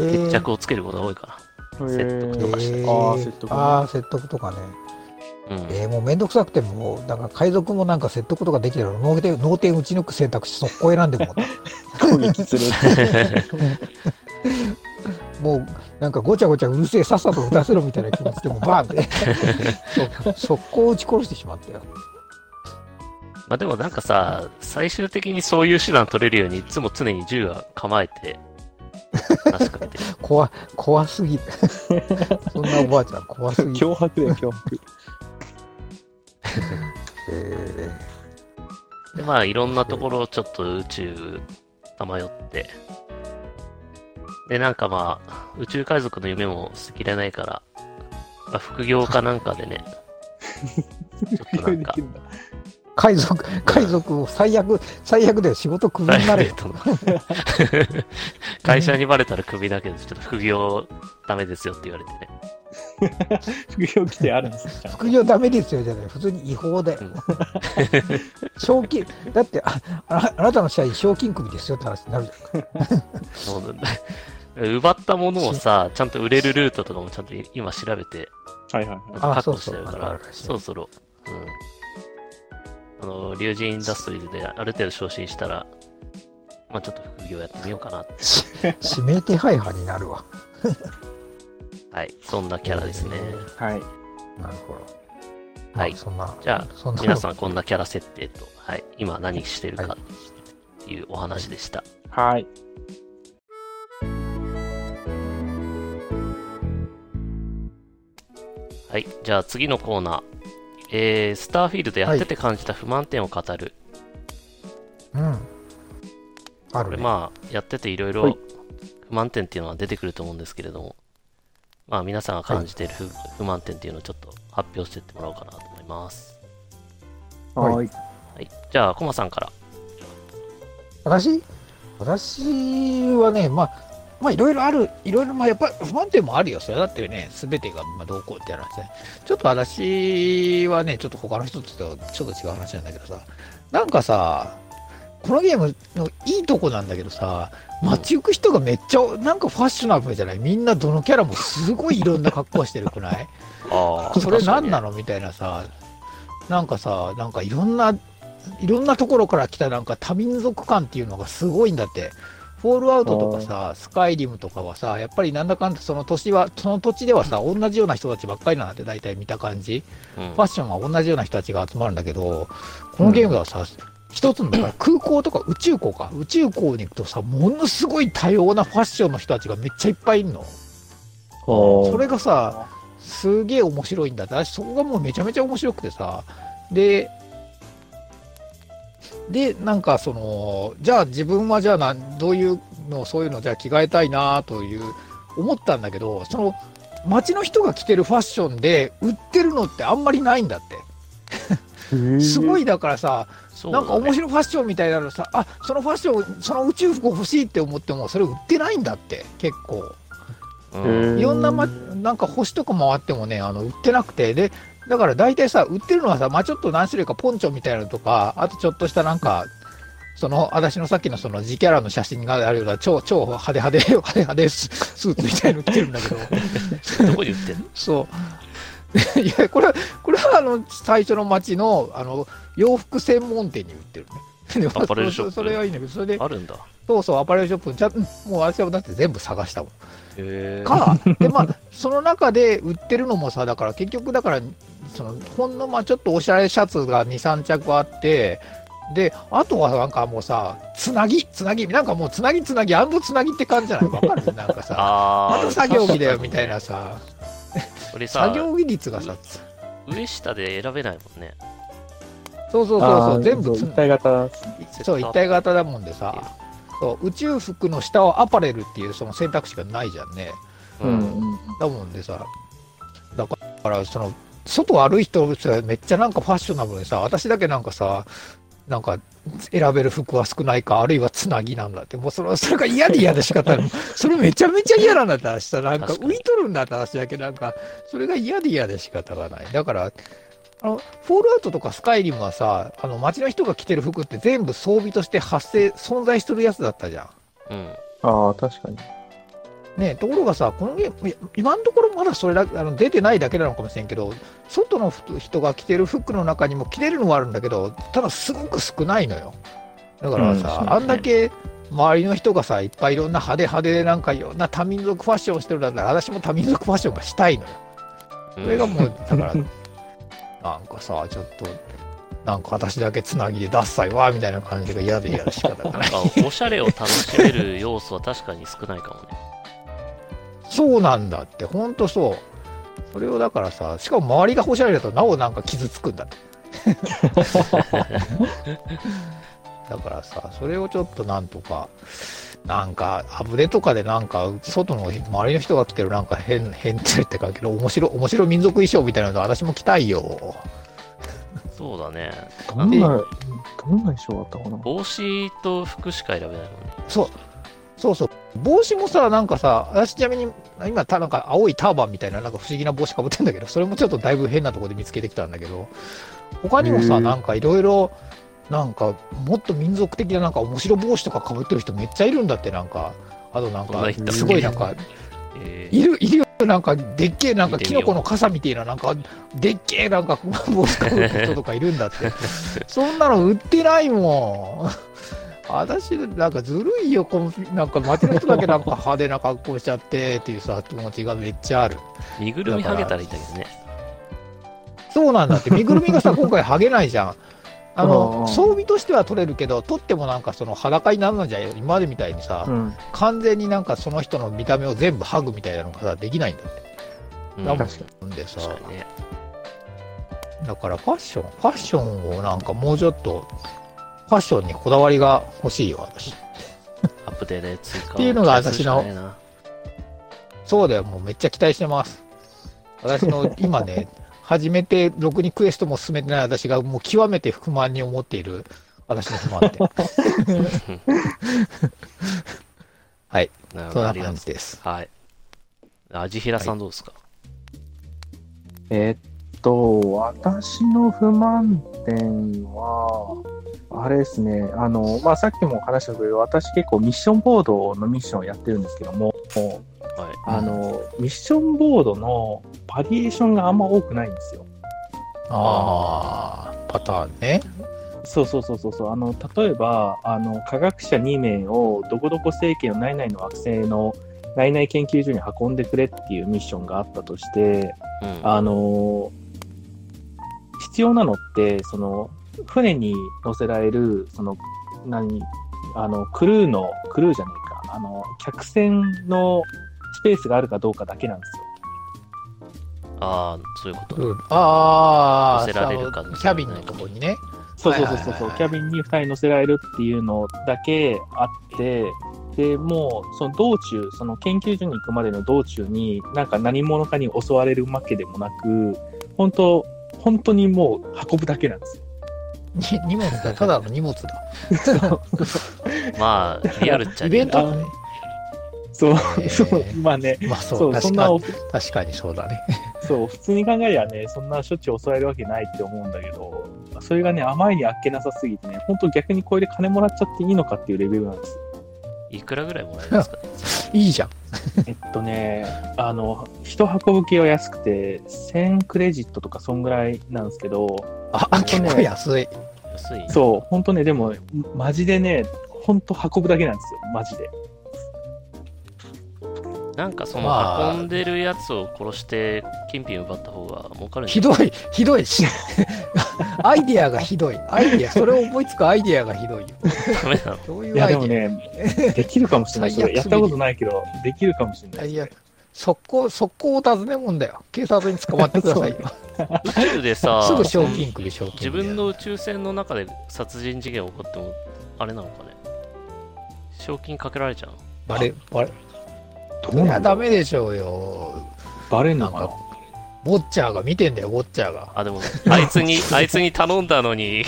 S6: えー
S1: 決着をつけることが多いか
S4: へ
S1: 説得
S4: ー
S1: とかして
S6: え
S4: あー説得ね
S6: あー説得とかね。
S1: な。うん。
S6: えー、もうめんどくさくても、なんか海賊もなんか説得とかできたら、脳天脳天打ち抜く選択肢、速攻選んでもら った。
S4: 攻撃する
S6: もう、なんかごちゃごちゃうるせえ、さっさと打たせろみたいな気持ちでもう、バーン って、そ速攻打ち殺してしまったよ。
S1: まあでもなんかさ、最終的にそういう手段取れるように、いつも常に銃は構えて、話しかけ てる。
S6: 怖怖す ぎる。そんなおばあちゃん、怖すぎる。
S4: 脅迫だよ脅迫
S6: え
S1: で、まあいろんなところをちょっと宇宙さまよって、で、なんかまあ、宇宙海賊の夢も捨てきれないから、まあ、副業かなんかでね、ちょっとなんか
S4: でき、るん
S6: ー
S4: だ
S6: 海賊、海賊を最悪、最悪だよ、仕事クビになれよ。
S1: の 会社にバレたらクビだけど、ちょっと副業ダメですよって言われて ね。
S3: 副業規定あるんですよ。
S6: 副業ダメですよじゃない普通に違法だよ、
S1: うん
S6: 賞金だってあああなたの社員賞金首ですよって話になるじ
S1: そうなんだ。奪ったものをさ、ちゃんと売れるルートとかもちゃんと今調べて、
S3: はいはいはい。
S6: あ
S1: 確保してるか
S6: そう
S1: ら、
S6: そ
S1: そうろそろ、うん。あの、竜神インダストリーズである程度昇進したら、まあちょっと副業やってみようかなって。
S6: ゃん指名手配犯になるわ
S1: はい。そんなキャラですね。
S4: はい
S6: なるほどまあ
S1: はい。
S6: そんな
S1: じゃあ
S6: そんな
S1: 皆さんこんなキャラ設定と、はい。今何してるかっていうお話でした。
S4: はい
S1: はい、じゃあ次のコーナー。えー、スターフィールドやってて感じた不満点を語る。
S6: うんあ
S1: こ
S6: る
S1: れ
S6: ね、
S1: まあ、やってていろい
S4: は
S1: ろ
S4: い
S1: 不満点っていうのは出てくると思うんですけれども、まあ皆さんが感じている不,、不満点っていうのをちょっと発表していってもらおうかなと思います。
S4: は
S6: はい
S1: はい、じゃあ、コマさんから。
S6: 私私はねまあ
S2: まあいろいろある、いろいろ、まあやっぱり不安定もあるよ。それだってね、すべてがまあどうこうって話ね。ちょっと私はね、ちょっと他の人とちょっと違う話なんだけどさ、なんかさ、このゲームのいいとこなんだけどさ、街行く人がめっちゃ、なんかファッショナブルじゃないみんなどのキャラもすごいいろんな格好してるくない
S1: あ
S2: それ何な
S1: の
S2: のみたいなさ、なんかさ、なんかいろんな、いろんなところから来たなんか多民族感っていうのがすごいんだって。フォールアウトとかさ、スカイリムとかはさ、やっぱりなんだかんだその年は、その土地ではさ、同じような人たちばっかりなんだって大体見た感じ。
S1: うん
S2: ファッションは同じような人たちが集まるんだけど、このゲームではさ、一つのだから空港とか宇宙港か、宇宙港に行くとさ、ものすごい多様なファッションの人たちがめっちゃいっぱいいるの。それがさ、すげえ面白いんだって、私そこがもうめちゃめちゃ面白くてさ、で、で、なんかその、じゃあ自分はじゃあな、どういうの、そういうの、じゃあ着替えたいなという、思ったんだけど、その、街の人が着てるファッションで売ってるのってあんまりないんだって。すごいだからさ、
S1: そう
S2: なんか面白いファッションみたいなのさ、あそのファッション、その宇宙服欲しいって思っても、それ売ってないんだって、結構。
S1: い、うん
S2: いろんな、ま、なんか星とか回ってもね、あの売ってなくて、で、だから大体さ、売ってるのはさ、まあ、ちょっと何種類かポンチョみたいなのとか、あとちょっとしたなんか、その、私のさっきのその、自キャラの写真があるような、超、超派手派手、派手派手ススーツみたいの着てるんだけ ど、
S1: どこに売ってんの
S2: そう。いや、これは、これはあの、最初の街の、あの、洋服専門店に売ってるね。でも
S1: アパレルショップ
S2: それはいいんだけど、それで、
S1: あるんだ。
S2: そうそう、アパレルショップに、ちゃんもう私はだって全部探したもん。
S1: へー
S2: か、でまあ、その中で売ってるのもさ、だから結局、だから、そのほんのまあちょっとおしゃれシャツが2、3着あって、で、あとはなんかもうさ、つなぎ、つなぎ、なんかもうつなぎつなぎ、アンドつなぎって感じじゃないわかるなんかさ、
S1: あ
S2: ま
S1: ー
S2: た作業着だ
S1: 確
S2: よ
S1: かにね
S2: みたいなさ、
S1: これさ
S2: 作、業着率がさ、つ
S1: 上下で選べないもんね。
S2: そうそうそうそう、全部つ
S4: 一体型
S2: そう一体型だもんでさ、そう宇宙服の下はアパレルっていうその選択肢がないじゃんね。
S1: うん。
S4: うん
S2: だもんでさ、だから、その、外歩い人めっちゃなんかファッショナブルでさ、私だけなんかさ、なんか選べる服は少ないか、あるいはつなぎなんだって、もうそれそれが嫌で嫌で仕 方ない。それめちゃめちゃ嫌なんだって話さ、なんか
S1: 確かに
S2: 浮いとるんだって話だけどなんか、それが嫌で嫌で仕方がない。だから、あの、フォールアウトとかスカイリムはさ、あの、街の人が着てる服って全部装備として発生、存在してるやつだったじゃん。
S1: うん。
S4: ああ、確かに。
S2: ね、ところがさ、このゲーム、いや今のところまだそれだあの出てないだけなのかもしれんけど、外のふ人が着てる服の中にも着れるのはあるんだけど、ただすごく少ないのよ。だからさ、
S4: うん
S2: あんだけ周りの人がさ、いっぱいいろんな派手派手でなんかいろんな多民族ファッションをしてるんだったら、私も多民族ファッションがしたいのよ。それがもう、 だから、なんかさ、ちょっと、なんか私だけつなぎでダッサいわ、みたいな感じが嫌で嫌で仕方がない
S1: なんか、おしゃれを楽しめる要素は確かに少ないかもね。
S2: そうなんだって、ほんとそう。それをだからさ、しかも周りがおしゃれだとなおなんか傷つくんだって。だからさ、それをちょっとなんとか、なんか、アブデとかでなんか、外の周りの人が着てるなんか変、変ってってかけど、面白、面白民族衣装みたいなの私も着たいよ。
S1: そうだね。
S4: どんな、どんな衣装だったかな
S1: 帽子と服しか選べないもんね。
S2: そう、そうそう。帽子もさ、なんかさ、私ちなみに、今、たなんか青いターバンみたいな、なんか不思議な帽子かぶってんだけど、それもちょっとだいぶ変なところで見つけてきたんだけど、他にも
S4: へ
S2: さ、
S4: ー
S2: なんかいろいろ、なんか、もっと民族的な、なんか面白帽子とかかぶってる人めっちゃいるんだって、なんか、あとなん
S1: こんな
S2: か
S1: 人い、た
S2: すごいなんか、
S1: え
S2: いる、いるよ。なんか、でっけえ、なん
S1: 見
S2: か、
S1: て
S2: キ
S1: みよう
S2: ノコの傘みたいな、なんか、でっけえ、なんか、 帽子かぶってる人とかいるんだって。そんなの売ってないもん。私、なんか、ずるいよ、このなんか、街の人だけなんか派手な格好しちゃって、っていうさ、気持ちがめっちゃある。
S1: ー、身ぐるみ剥げたらいいんだけどね。
S2: そうなんだって、身ぐるみがさ、今回、剥げないじゃん。あ
S4: うんう
S2: の
S4: ん
S2: 装備としては取れるけど、取ってもなんかその裸にならないじゃん、今までみたいにさ、
S4: うん、
S2: 完全になんかその人の見た目を全部剥ぐみたいなのがさ、できないんだって。
S1: うん、
S2: だもん
S1: 確
S2: でさ、
S1: かにね。
S2: だからファッション、ファッションをなんかもうちょっと、ファッションにこだわりが欲しいよ、私。
S1: アップデート追加。
S2: っていうのが私
S1: 期待
S2: の
S1: するしかないな
S2: そうだよ、もうめっちゃ期待してます。私の今ね、初めてろくにクエストも進めてない私がもう極めて不満に思っている私の不満点。はい、
S1: なるほ
S2: そ
S1: ど。
S2: んな
S1: ありがとうご
S2: 感じ
S1: ざ
S2: です。
S1: います。はい。あじひらさんどうですか、
S4: えーっと、私の不満点は、あれですね、あの、まあ、さっきも話したけど、私結構ミッションボードのミッションをやってるんですけども、
S1: はい、
S4: あの、ミッションボードのバリエーションがあんま多くないんですよ。
S2: あー、パターンね。
S4: そうそうそうそうそうあの例えばあの科学者2名をどこどこ政権の内々の惑星の内々研究所に運んでくれっていうミッションがあったとして
S1: うん。
S4: あの必要なのってその船に乗せられるその何あのクルーのクルーじゃないかあの客船のスペースがあるかどうかだけなんですよ。
S1: ああ、そういうことね。
S2: あ
S1: 乗せ
S2: ー
S1: られるか
S2: あのキャビンのとこにね。
S4: そうそうそうそうそう、
S2: はいはいはいはい
S4: キャビンに2人乗せられるっていうのだけあって、でもうその道中、その研究所に行くまでの道中に、なんか何者かに襲われるわけでもなく、本当、本当にもう運ぶだけなんですよ。
S2: に荷物だ、ただの荷物だ。
S1: まあ、リアルっちゃ
S2: イ
S1: リ
S2: ベ
S1: ア
S2: ン
S1: ル。
S2: トだね。
S4: そう、
S2: へー
S4: そう、 まあね、
S2: まあそう、
S4: そう、そ
S2: 確
S4: んな
S2: か
S4: お、
S2: に、確かにそうだね。
S4: そう、普通に考えりゃね、そんなしょっちゅう襲われるわけないって思うんだけど、それがね、あまりにあっけなさすぎてね、本当逆にこれで金もらっちゃっていいのかっていうレベルな んですよ
S1: いくらぐらいもらえますかね
S2: いいじゃん。
S4: えっとね、あの、一箱分けは安くて、1000クレジットとかそんぐらいなんですけど、
S2: あ、結構安い。
S1: 安 い。
S4: そう、本当ね、でも、マジでね、本当運ぶだけなんですよ、マジで。
S1: なんかそ
S2: ま
S1: の
S2: あ
S1: 運んでるやつを殺して金品奪った方が儲かるんじ
S2: ひ
S1: ゃない
S2: どい、ひどいし。 アイディアがひどい。アイディア、それを思いつくアイディアがひどいよ。
S1: ダメ なの
S2: どうい
S4: いうや、
S2: アイ
S4: で
S2: ディア
S4: もね、できるかもしれない。そ
S2: 最悪
S4: れやったことないけど、できるかもしれない。
S2: 最悪速攻、速攻お尋ねもんだよ。警察に捕まってくだ さいよ。
S1: 宇宙でさ、
S2: すぐ賞金来る、賞金
S1: 自分の宇宙船の中で殺人事件起こっても、あれなのかね賞金かけられちゃうの
S2: バレ、バレ、
S4: ど
S2: そりゃダメでしょうよ。
S4: バレん
S2: なんか、ボッチャーが見てんだよ、ボッチャーが。
S1: あ、でも、あいつに、あいつに頼んだのに、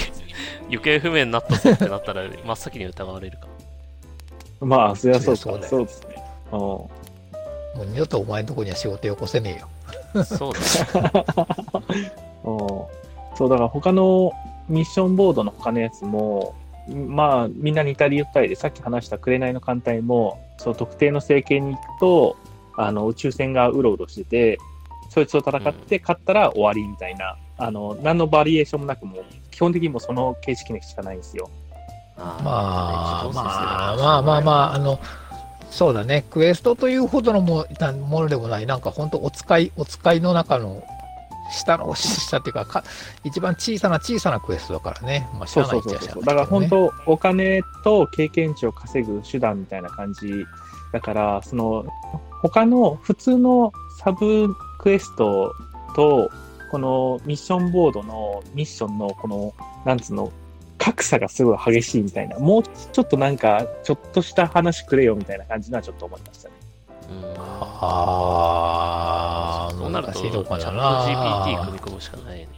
S1: 行方不明になったぞってなったら、真っ先に疑われるか。
S4: まあ、そりゃそうか。
S2: そ
S4: そうう
S2: だよ
S4: ですね。うん
S2: もう二度とお前のとこには仕事よこせねえよ。
S1: そうだね。
S4: うんそうだから他のミッションボードの他のやつもまあみんな似たり寄ったりでさっき話した「紅の艦隊も」その特定の政権に行くとあの宇宙船がうろうろしててそいつと戦って勝ったら終わりみたいな、あの何のバリエーションもなくもう基本的にもうその形式しかないんですよ。
S1: ま
S2: まあ、まあまあまあまあ、あの、そうだね、クエストというほどのもなものでもない、なんか本当お使い、お使いの中の、下の、下っていうかか、一番小さな小さなクエストだからね。まあ、し
S4: そ
S2: ゃ
S4: う
S2: あな
S4: そ
S2: いうっち
S4: そう
S2: ゃしゃ
S4: そ
S2: あ
S4: う。
S2: な
S4: だ
S2: い
S4: から
S2: けどね
S4: 本当、お金と経験値を稼ぐ手段みたいな感じだから、その、他の普通のサブクエストと、このミッションボードのミッションのこの、なんつうの、格差がすごい激しいみたいな、もうちょっとなんか、ちょっとした話くれよみたいな感じのはちょっと思いました ね。
S1: あ。
S2: ああ、
S1: そうなる
S2: 難
S1: と、
S2: し
S1: チ
S2: い
S1: ャッ
S2: と
S1: ト
S2: こだ
S1: GPT 組
S2: な。
S1: み込むしかないね。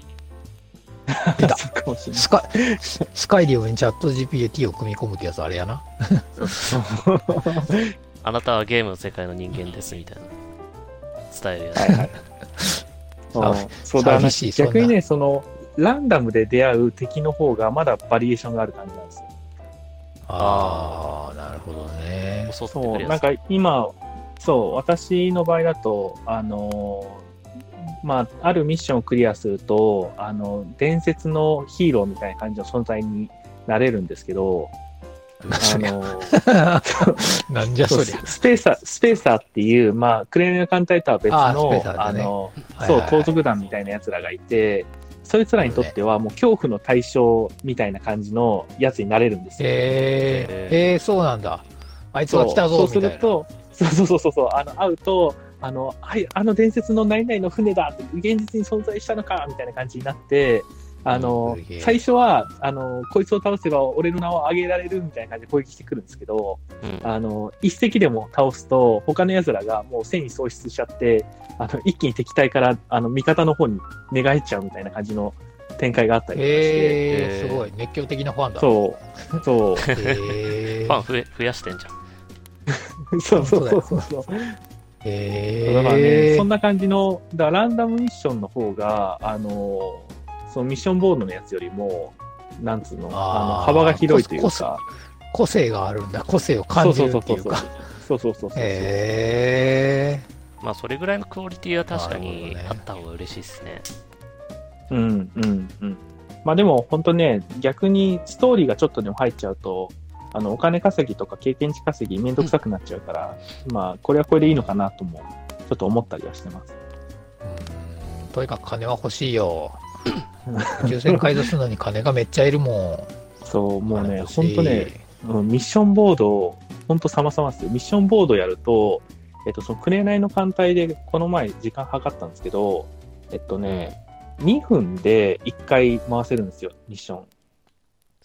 S2: 出た
S4: そうかもしれない
S2: スカスカイリオにチャット GPT を組み込むってやつあれやな。
S1: あなたはゲームの世界の人間ですみたいな。伝えるやつ。
S4: うんそうだ
S2: 寂
S4: な
S2: しい
S4: 逆にね、その、ランダムで出会う敵の方がまだバリエーションがある感じなんですよ。
S2: ああ、なるほどね。
S1: 襲って
S4: そ
S1: く
S4: う、
S1: る
S4: な
S1: や
S4: ん
S1: つ。
S4: か今、そう、私の場合だと、あのーまあ、あるミッションをクリアすると、あの、伝説のヒーローみたいな感じの存在になれるんですけど、あ のー
S2: なんじゃ
S4: そ
S2: そうりゃ。
S4: スペーサー、スペーサーっていう、まあ、クレームの艦隊とは別
S2: あースペー
S4: の、
S2: サ
S4: あ
S2: ーでね
S4: の、
S2: はい
S4: そ
S2: はいうは、い
S4: 盗賊団みたいな奴らがいて、そいつらにとってはもう恐怖の対象みたいな感じのやつになれるんですよ。
S2: えー、えー、そうなんだ。あいつが来た
S4: そ
S2: ぞ
S4: うそ
S2: みた
S4: う
S2: い
S4: する
S2: な。
S4: と、そうそうそうそうそう、あの会うと、あの、はい、あの伝説の何々の船だって、現実に存在したのかみたいな感じになって、あの
S2: うんすげえ、
S4: 最初は、あの、こいつを倒せば俺の名を挙げられるみたいな感じで攻撃してくるんですけど、
S1: うん
S4: あの、一隻でも倒すと、他の奴らがもう戦意喪失しちゃって、あの、一気に敵対から、あの、味方の方に寝返っちゃうみたいな感じの展開があったりとかして、
S2: え
S1: えー
S2: ー、すごい。熱狂的なファンだ。
S4: そ う、そう、
S2: え
S1: ファン増え増やしてんじゃん。
S4: そうそうそうそうそう。
S2: ー、え
S4: だからね、
S2: ー
S4: そんな感じの、だからランダムミッションの方が、あのーそのミッションボードのやつよりも、なんつうの、
S2: あ
S4: あ
S2: ー
S4: の幅が広いという
S2: コスコ
S4: か、
S2: 個性があるんだ。個性を感じるっていうか。
S4: そうそうそうそうそうそうそうそう、
S2: え
S1: まあ、それぐらいのクオリティは確かに
S2: なる
S1: あ
S2: ほどね
S1: った方が嬉しいですね。
S4: うんうんうん。まあでも、本当ね、逆にストーリーがちょっとでも入っちゃうと、あのお金稼ぎとか経験値稼ぎめんどくさくなっちゃうから、まあこれはこれでいいのかなとも、ちょっと思ったりはしてます。
S2: ーうんとにかく金は欲しい よ。宇宙船改造するのに金がめっちゃいるも
S4: そう、
S2: ん。
S4: もうね、
S2: 欲し
S4: 本
S2: い
S4: 当ね、。うん、ミッションボード、ほんと様々ですよ。ミッションボードやると、えっと、その、紅の艦隊で、この前、時間計ったんですけど、えっとね、2分で1回回せるんですよ、ミッション。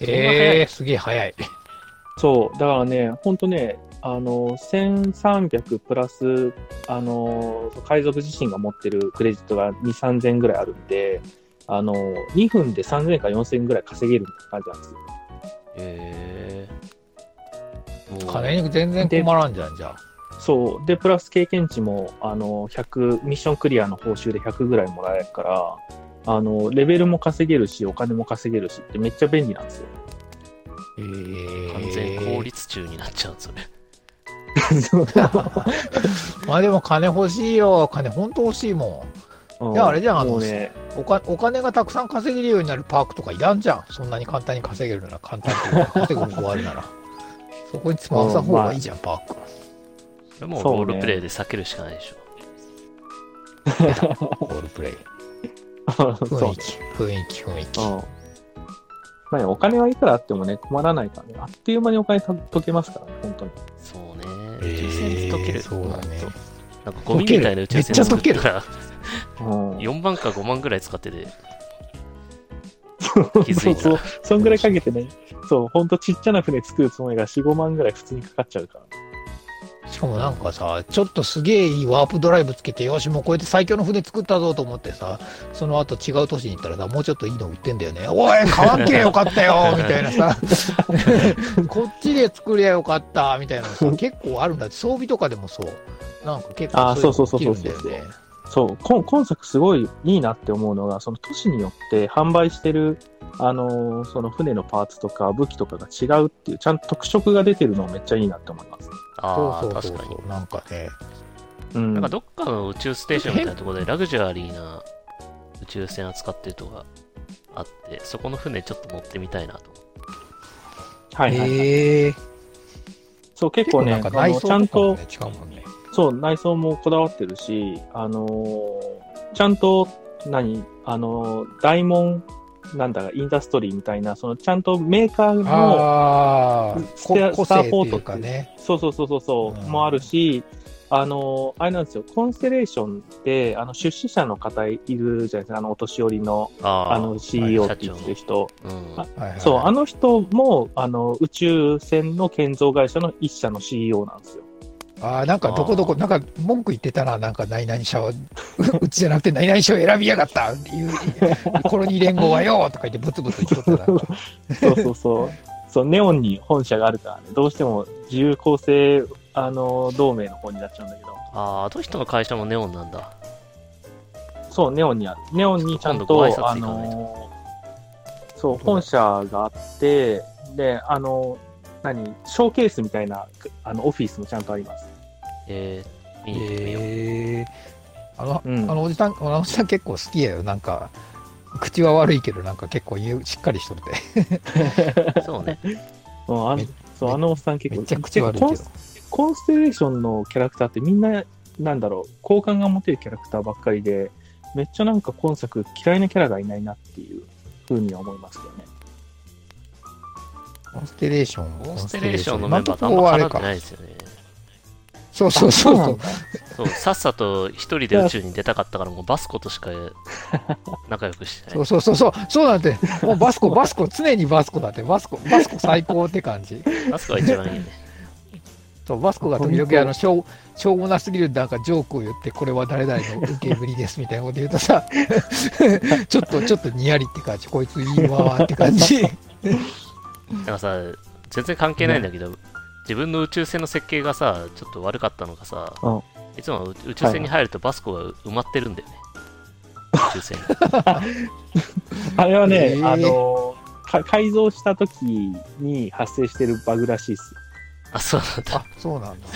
S2: えー、すげえ早い。
S4: そう、だからね、ほんとね、あの、1300プラス、あの、海賊自身が持ってるクレジットが2、3000ぐらいあるんで、あの、2分で3000か4000ぐらい稼げる感じなんですよ。
S1: へえ。もう
S2: 金に全然困らんじゃん、じゃあ。
S4: そう。で、プラス経験値も、あの、100、ミッションクリアの報酬で100ぐらいもらえるから、あの、レベルも稼げるし、お金も稼げるしってめっちゃ便利なんですよ。
S2: えー
S1: 完全効率中になっちゃうんですよね。
S2: まあでも金欲しいよ。金本当欲しいも
S4: うん
S2: いやあれじゃんあの
S4: もうね、
S2: ん。おかお金がたくさん稼げるようになるパークとかいらんじゃん。そんなに簡単に稼げるなら、簡単に稼ぐ方法あるなら。そこにつまさん方がいいじゃん、パーク。
S1: それもう
S4: そうね
S1: ロールプレイで避けるしかないでしょ。
S2: ロールプレイ。
S4: そう
S2: 雰囲気、雰囲気、雰囲気。
S4: うん。まあね、お金はいくらあってもね、困らないからね、あっという間にお金た溶けますからね、本当に。
S1: そうね。
S2: え
S1: 宇宙船溶ける。
S2: ー、そうだね。
S1: なんかゴミみたいな宇宙船
S2: 溶ける
S1: 作ったら、
S4: うん。
S1: 4万か5万ぐらい使ってて、気づい
S4: そう
S1: た。
S4: そんぐらいかけてね、そう、ほんとちっちゃな船作るつもりが4、5万ぐらい普通にかかっちゃうから。
S2: しかもなんかさ、ちょっとすげえいいワープドライブつけて、よし、もうこうやって最強の船作ったぞと思ってさ、その後違う都市に行ったらさ、もうちょっといいの売ってんだよね。おい、買わんけりゃよかった よみたいなさ、こっちで作りゃよかったみたいなのさ、結構あるんだって、装備とかでもそう。なんか結構
S4: あーそうそうそう
S2: い
S4: そう
S2: のできるんだよね。
S4: そう、今今作すごいいいなって思うのが、その都市によって販売してる、あのーその船のパーツとか武器とかが違うっていう、ちゃんと特色が出てるのめっちゃいいなって思います。
S1: ああ、
S2: そうそうそ
S1: 確
S2: う
S1: かに
S2: そ。う。なんかね、
S4: うん。
S1: なんかどっかの宇宙ステーションみたいなところでラグジュアリーな宇宙船扱ってるとかあって、そこの船ちょっと乗ってみたいなと。
S4: はいはい、はい
S2: へえ
S4: そう、結構ね、
S2: なんか内
S4: あの
S2: 装
S4: ちゃんと、
S2: とかもね違うもんね。
S4: そう、内装もこだわってるし、あのーちゃんと、何、あのー大門、なんだか、インダストリーみたいな、その、ちゃんとメーカーの、
S2: ああ、
S4: ス
S2: こ
S4: テア
S2: 個
S4: スター
S2: 性
S4: ポ
S2: と
S4: ー
S2: い
S4: トっ
S2: う
S4: て
S2: かね。
S4: そうそうそうそうそう、
S2: うん
S4: もあるし、あのーあれなんですよ、コンステレーションって、あの、出資者の方いるじゃないですか、あの、お年寄りの、
S1: あ
S4: あ
S1: あ、
S4: の、CEO
S1: 社
S4: って
S1: 長
S4: 言ってる人。
S1: うん。
S4: あ
S2: はいはい
S4: そう、あの人も、あの、宇宙船の建造会社の一社の CEO なんですよ。
S2: ああ、なんかどこどこ、なんか文句言ってたな、なんか何々社を、 うちじゃなくて何々社を選びやがったっていう、コロニー連合はよとか言ってブツブツ言っとった な。
S4: そうそうそう。そう、ネオンに本社があるからね、どうしても自由構成、あの、同盟の方になっちゃうんだけど、
S1: ああ、あの人の会社もネオンなんだ。
S4: そう、ネオンにある。ネオンにちゃん
S1: 今度ご挨
S4: と、あ
S1: 拶行かないと
S4: の、そう、本社があって、で、あの、何、ショーケースみたいな、あの、オフィスもちゃんとあります。
S1: えー、見に行ってみよう。
S2: ええあの、
S4: うん
S2: あ。のおじさん、あのおじさん結構好きやよ、なんか。口は悪いけど、なんか結構言うしっかりしとるて。
S1: そうね。
S4: うんあの
S2: め
S4: そう、あのおっさん結構、
S2: めっちゃ口悪いけ
S4: コ
S2: ど
S4: ン。コンステレーションのキャラクターってみんな、なんだろう、好感が持てるキャラクターばっかりで、めっちゃなんか今作嫌いなキャラがいないなっていうふうには思いますけどね。
S2: コンステレーション。
S1: モンステレーションの
S2: コ
S1: メン
S2: ステ
S1: バーとあ
S2: レーシ
S1: ん
S2: ョン今んとこ
S1: ま
S2: は
S1: 絡
S2: あ
S1: ん
S2: れ
S1: で
S2: か。
S1: ないですよね。
S2: そうそうそうそう。
S1: そう、さっさと一人で宇宙に出たかったから、もうバスコと しか仲良くして
S2: そ
S1: な
S2: う
S1: い。
S2: そうそうそう、そうなんて、もうバスコ、バスコ、常にバスコだって、バスコ、バスコ最高って感じ。
S1: バスコが一番いい よね。
S2: そうバスコが時々あのしょうしょうもなすぎるなんかジョークを言ってこれは誰々の受け売りですみたいなこと言うと さちょっとちょっとにやりって感じこいついいわーって感じ
S1: なんかさ、全然関係ないんだけど、自分の宇宙船の設計がさ、ちょっと悪かったのがさ、
S4: うん
S1: いつも宇宇宙船に入るとバスコが埋まってるんだよね。宇宙船に。
S4: あれはね、
S2: へー
S4: あのか改造した時に発生してるバグらしいです。
S1: あ、そうなんだ。
S2: あそうなんだ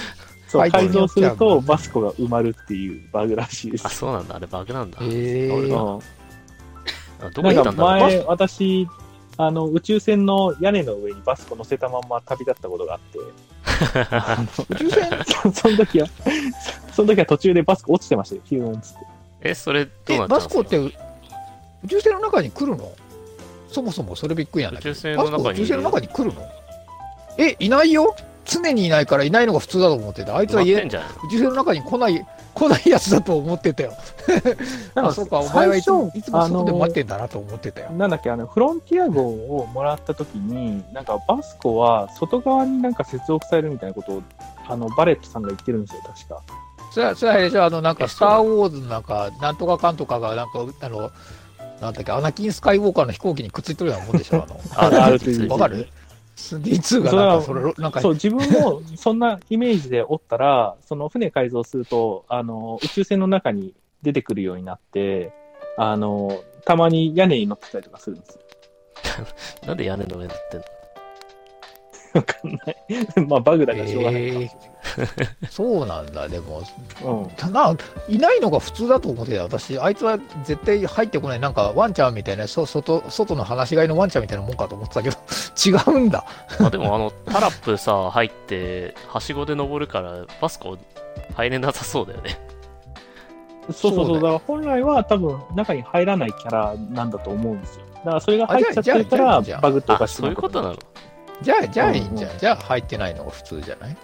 S4: そう、
S2: 改
S4: 改
S2: 造
S4: 造
S2: によっ
S4: す
S2: ちゃ
S4: る
S2: う
S4: とバスコが埋まるっていうバグらしいで
S1: あ、
S4: す。
S1: そうなんだ。あれバグなんだ。
S2: へ
S1: 俺
S2: ー
S4: うん
S1: あどこ
S4: な
S1: 行
S4: ん
S1: った
S4: か
S1: んだろう。
S4: 前、私、あの、宇宙船の屋根の上にバスコ乗せたまんま旅立ったことがあって、
S2: 宇宙船
S4: そ その時は、そその時は途中でバスコ落ちてましたよ、ヒューンっつって。
S1: え、それどうな
S2: え
S1: っちゃうん
S2: バ
S1: です
S2: ス
S1: か
S2: コって宇宙船の中に来るのそもそもそれびっくりなんだけど
S1: 宇宙船の中に
S2: バスコ宇宙船の中に来るのえいないよ常にいないからいないのが普通だと思ってたあいつは
S1: 埋まって
S2: 家
S1: んじゃない
S2: 宇宙船の中に来ない来ないやつだと思ってたよ
S4: なん
S2: あ、
S4: か
S2: そうか、お前はいつも
S4: 最初
S2: いつも外で
S4: あの
S2: 待ってんだなと思ってたよ。
S4: なんだっけ、あの、フロンティア号をもらった時に、なんかバスコは外側になんか接続されるみたいなことを、あの、バレットさんが言ってるんですよ、確か。
S2: それは、それはあれでしょ、あの、なん
S1: え
S2: か、ス
S1: そ
S2: タ
S1: うな
S2: ー・
S1: の
S2: ウォーズのなんか、なんとかかんとかが、なんか、あの、なんだっけ、アナキン・スカイウォーカーの飛行機にくっついてるようなもんでしょ、あの、
S4: あ
S1: る
S4: る という
S2: わかる ?D2 がなんか、それ、なんか、
S4: そう、
S2: う
S4: 自分もそんなイメージでおったら、その船改造すると、あの、宇宙船の中に出てくるようになって、あの、たまに屋根に乗ってたりとかするんですよ。
S1: なんで屋根の上に乗ってんの
S4: わかんない。まあ、バグだからしょうがないかもしれない。
S2: そうなんだ、でも、
S4: うん。
S2: ただ、いないのが普通だと思ってた、私、あいつは絶対入ってこない、なんか、ワンちゃんみたいな、そ外、外の話し飼いのワンちゃんみたいなもんかと思ってたけど、 違うんだ。
S1: あでもあの、タラップさ、入って、はしごで登るから、バスコ入れなさそうだよね。
S2: そうだ
S4: そうそうそう。
S2: よ
S4: だから本来は多分中に入らないキャラなんだと思うんですよ。だからそれが入っちゃってるか
S2: あ
S4: ら
S2: じゃあじゃあじゃあ
S4: バグってお
S1: あ、
S4: かしく
S1: そう
S4: な
S1: いう
S4: る
S1: ことなの
S2: じゃあ、じゃあいいんじゃん。じゃあ、入ってないのが普通じゃないい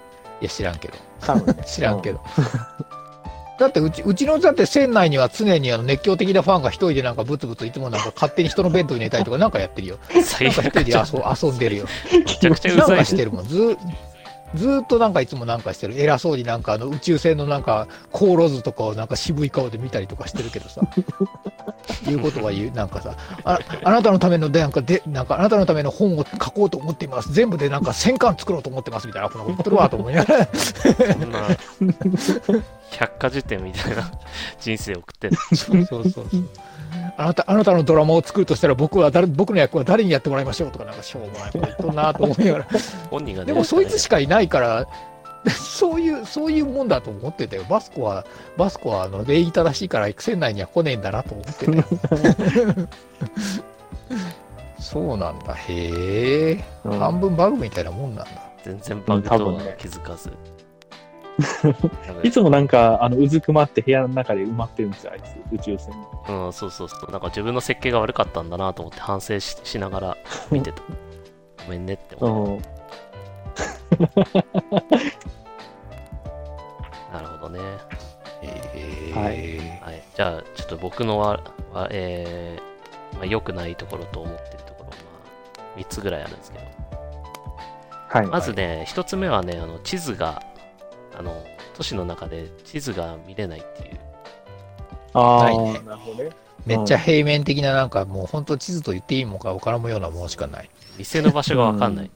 S2: や、知らんけど。
S4: 多分ね
S2: 知らんけど。 だってうち、うちのだって船内には常にあの熱狂的なファンが一人でなんかブツブツいつもなんか勝手に人のベッドに寝たりとかなんかやってるよ。
S1: 最
S2: なん
S1: 悪
S2: か一人
S1: め
S2: で
S1: ちゃ
S2: 遊遊んでるよ。
S1: くちゃう
S2: なん
S1: ざい
S2: かしてるもん。ずーずーっとなんかいつもなんかしてる。偉そうになんかあの宇宙船のなんか航路図とかをなんか渋い顔で見たりとかしてるけどさ。いうことは言う。なんかさ、ああなたのためのでなんかで、なんかあなたのための本を書こうと思っています。全部でなんか1000巻作ろうと思ってますみたいな。このことるわと思いながら。
S1: そんな百科事典みたいな 人生を送ってんの
S2: そうそうそう。あなたあなたのドラマを作るとしたら僕は誰僕の役は誰にやってもらいましょうとかなんかしょうもないこと言っとんなと思いながら
S1: 本人が
S2: でもそいつし
S1: か
S2: かいないから、そういう、そういうもんだと思ってたよ。バスコは、バスコは、あの、礼儀正しいから、船内には来ねえんだなと思ってたよ。そうなんだ。へえ。
S4: うん
S2: 半分バグみたいなもんなんだ。
S1: 全然バグとは気づかず。
S4: いつもなんか、あの、うずくまって部屋の中で埋まってるんですよ、あいつ、宇宙船に。
S1: うん、そうそうそう。なんか自分の設計が悪かったんだなと思って反省ししながら見てた。ごめんねって思っ
S4: うん
S1: て。なるほどね。
S2: へえ。
S1: はい。じゃあ、ちょっと僕のは、はえーまあ、良くないところと思ってるところ、まあ、3つぐらいあるんですけど。
S4: はい。
S1: まずね、1つ目はね、あの地図が、あの、都市の中で地図が見れないっていう。
S4: あ
S2: ない
S4: ー
S2: ね
S4: なるほどね。
S2: めっちゃ平面的な、なんかもう本当地図と言っていいもんか分からんようなもんしかない。
S1: 店の場所がわかんない。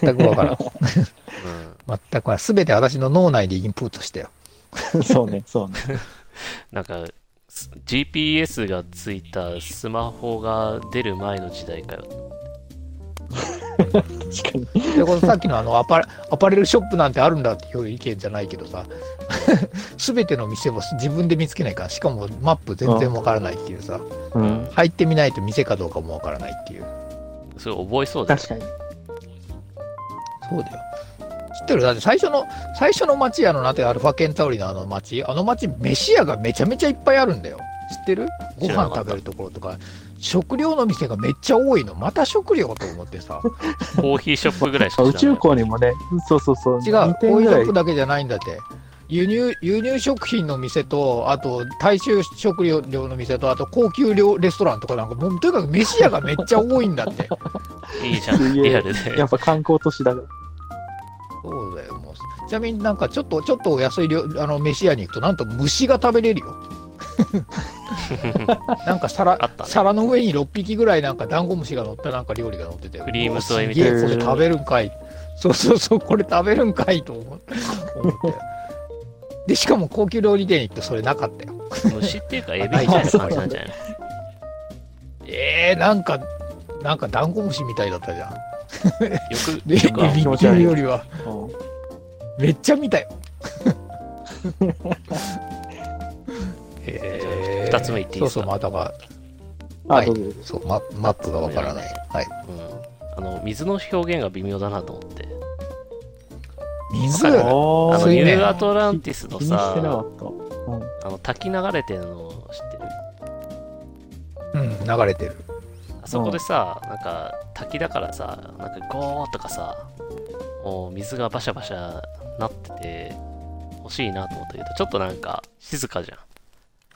S2: 全く分からん。
S1: うん。
S2: 全くすべて私の脳内でインプットしたよ。
S4: そうね、そうね。
S1: なんか、す GPS がついたスマホが出る前の時代かよ。
S4: 確かに。
S2: それこそさっきのあのアパレアパレルショップなんてあるんだっていう意見じゃないけどさ、 すべての店を自分で見つけないから、しかもマップ全然わからないっていうさ、
S4: うん。
S2: 入ってみないと店かどうかもわからないっていう。
S1: それ覚えそうだよ
S4: 確かに。
S2: そうだよ。知ってるだって最初の、最初の街、あの、なんてアルファケンタウリのあの街、あの街、飯屋がめちゃめちゃいっぱいあるんだよ。知ってるご
S1: 知らなか
S2: 飯
S1: った
S2: 食べるところとか、食料の店がめっちゃ多いの。また食料と思ってさ。
S1: コーヒーショップぐらいしか
S4: 宇
S1: 知ら
S4: 宙
S1: ない。
S4: 港にもね、そうそうそ
S2: 違
S4: う。
S2: う
S4: 2、点
S2: 工
S4: ぐ
S2: 業
S4: らい
S2: 食だけじゃないんだって。輸入輸入食品の店と、あと大衆食料の店と、あと高級料レストランとかなんか、もうとにかく飯屋がめっちゃ多いんだって。
S1: いいじゃん、
S4: すげえ
S1: リアルで
S4: や。っぱ観光都市だから。
S2: そうだよ、もう。ちなみになんかちょっと、ちょっとお安い料あの飯屋に行くと、なんと虫が食べれる よ。なんか皿
S1: あったね
S2: 皿の上に6匹ぐらいなんかダンゴムシが乗ったなんか料理が乗ってて
S1: クリームソイみ
S2: み
S1: た
S2: た
S1: い
S2: い
S1: な
S2: なこれ食べるんかいそうそうそうこれ食べるんかいと思って 思ってでしかも高級料理店行ってそれなかったよ
S1: 虫っていうか、エビみたいな感じなんじゃない
S2: えー、なんかなんかダンゴムシみたいだったじゃん
S1: よ
S2: で
S1: く、よくあ
S4: エ
S1: の
S4: ビ
S2: ビ
S4: 気持
S2: っ
S4: ち
S2: く
S4: 悪い
S2: りよりは
S4: う
S2: めっちゃ見 たよえ
S1: じゃあ二つ目言っていいですか
S2: そうそうまあだから
S4: ん。
S2: は
S4: あ、
S2: い
S4: どうぞ。
S2: そうママップがわからない、はい、
S1: うんあの水の表現が微妙だなと思って。
S2: 水
S1: わかるあ
S4: あ
S1: の、
S2: 水
S1: ニ
S2: ね
S1: ューアトランティスの
S4: 気にしてなか
S1: さ、
S4: った。
S1: あの滝流れてるの知ってる
S2: うん流れてる
S1: あそこでさ、なんか滝だからさ、なんかゴーとかさ、もう水がバシャバシャなってて欲しいなと思ったけど、ちょっとなんか静かじゃん。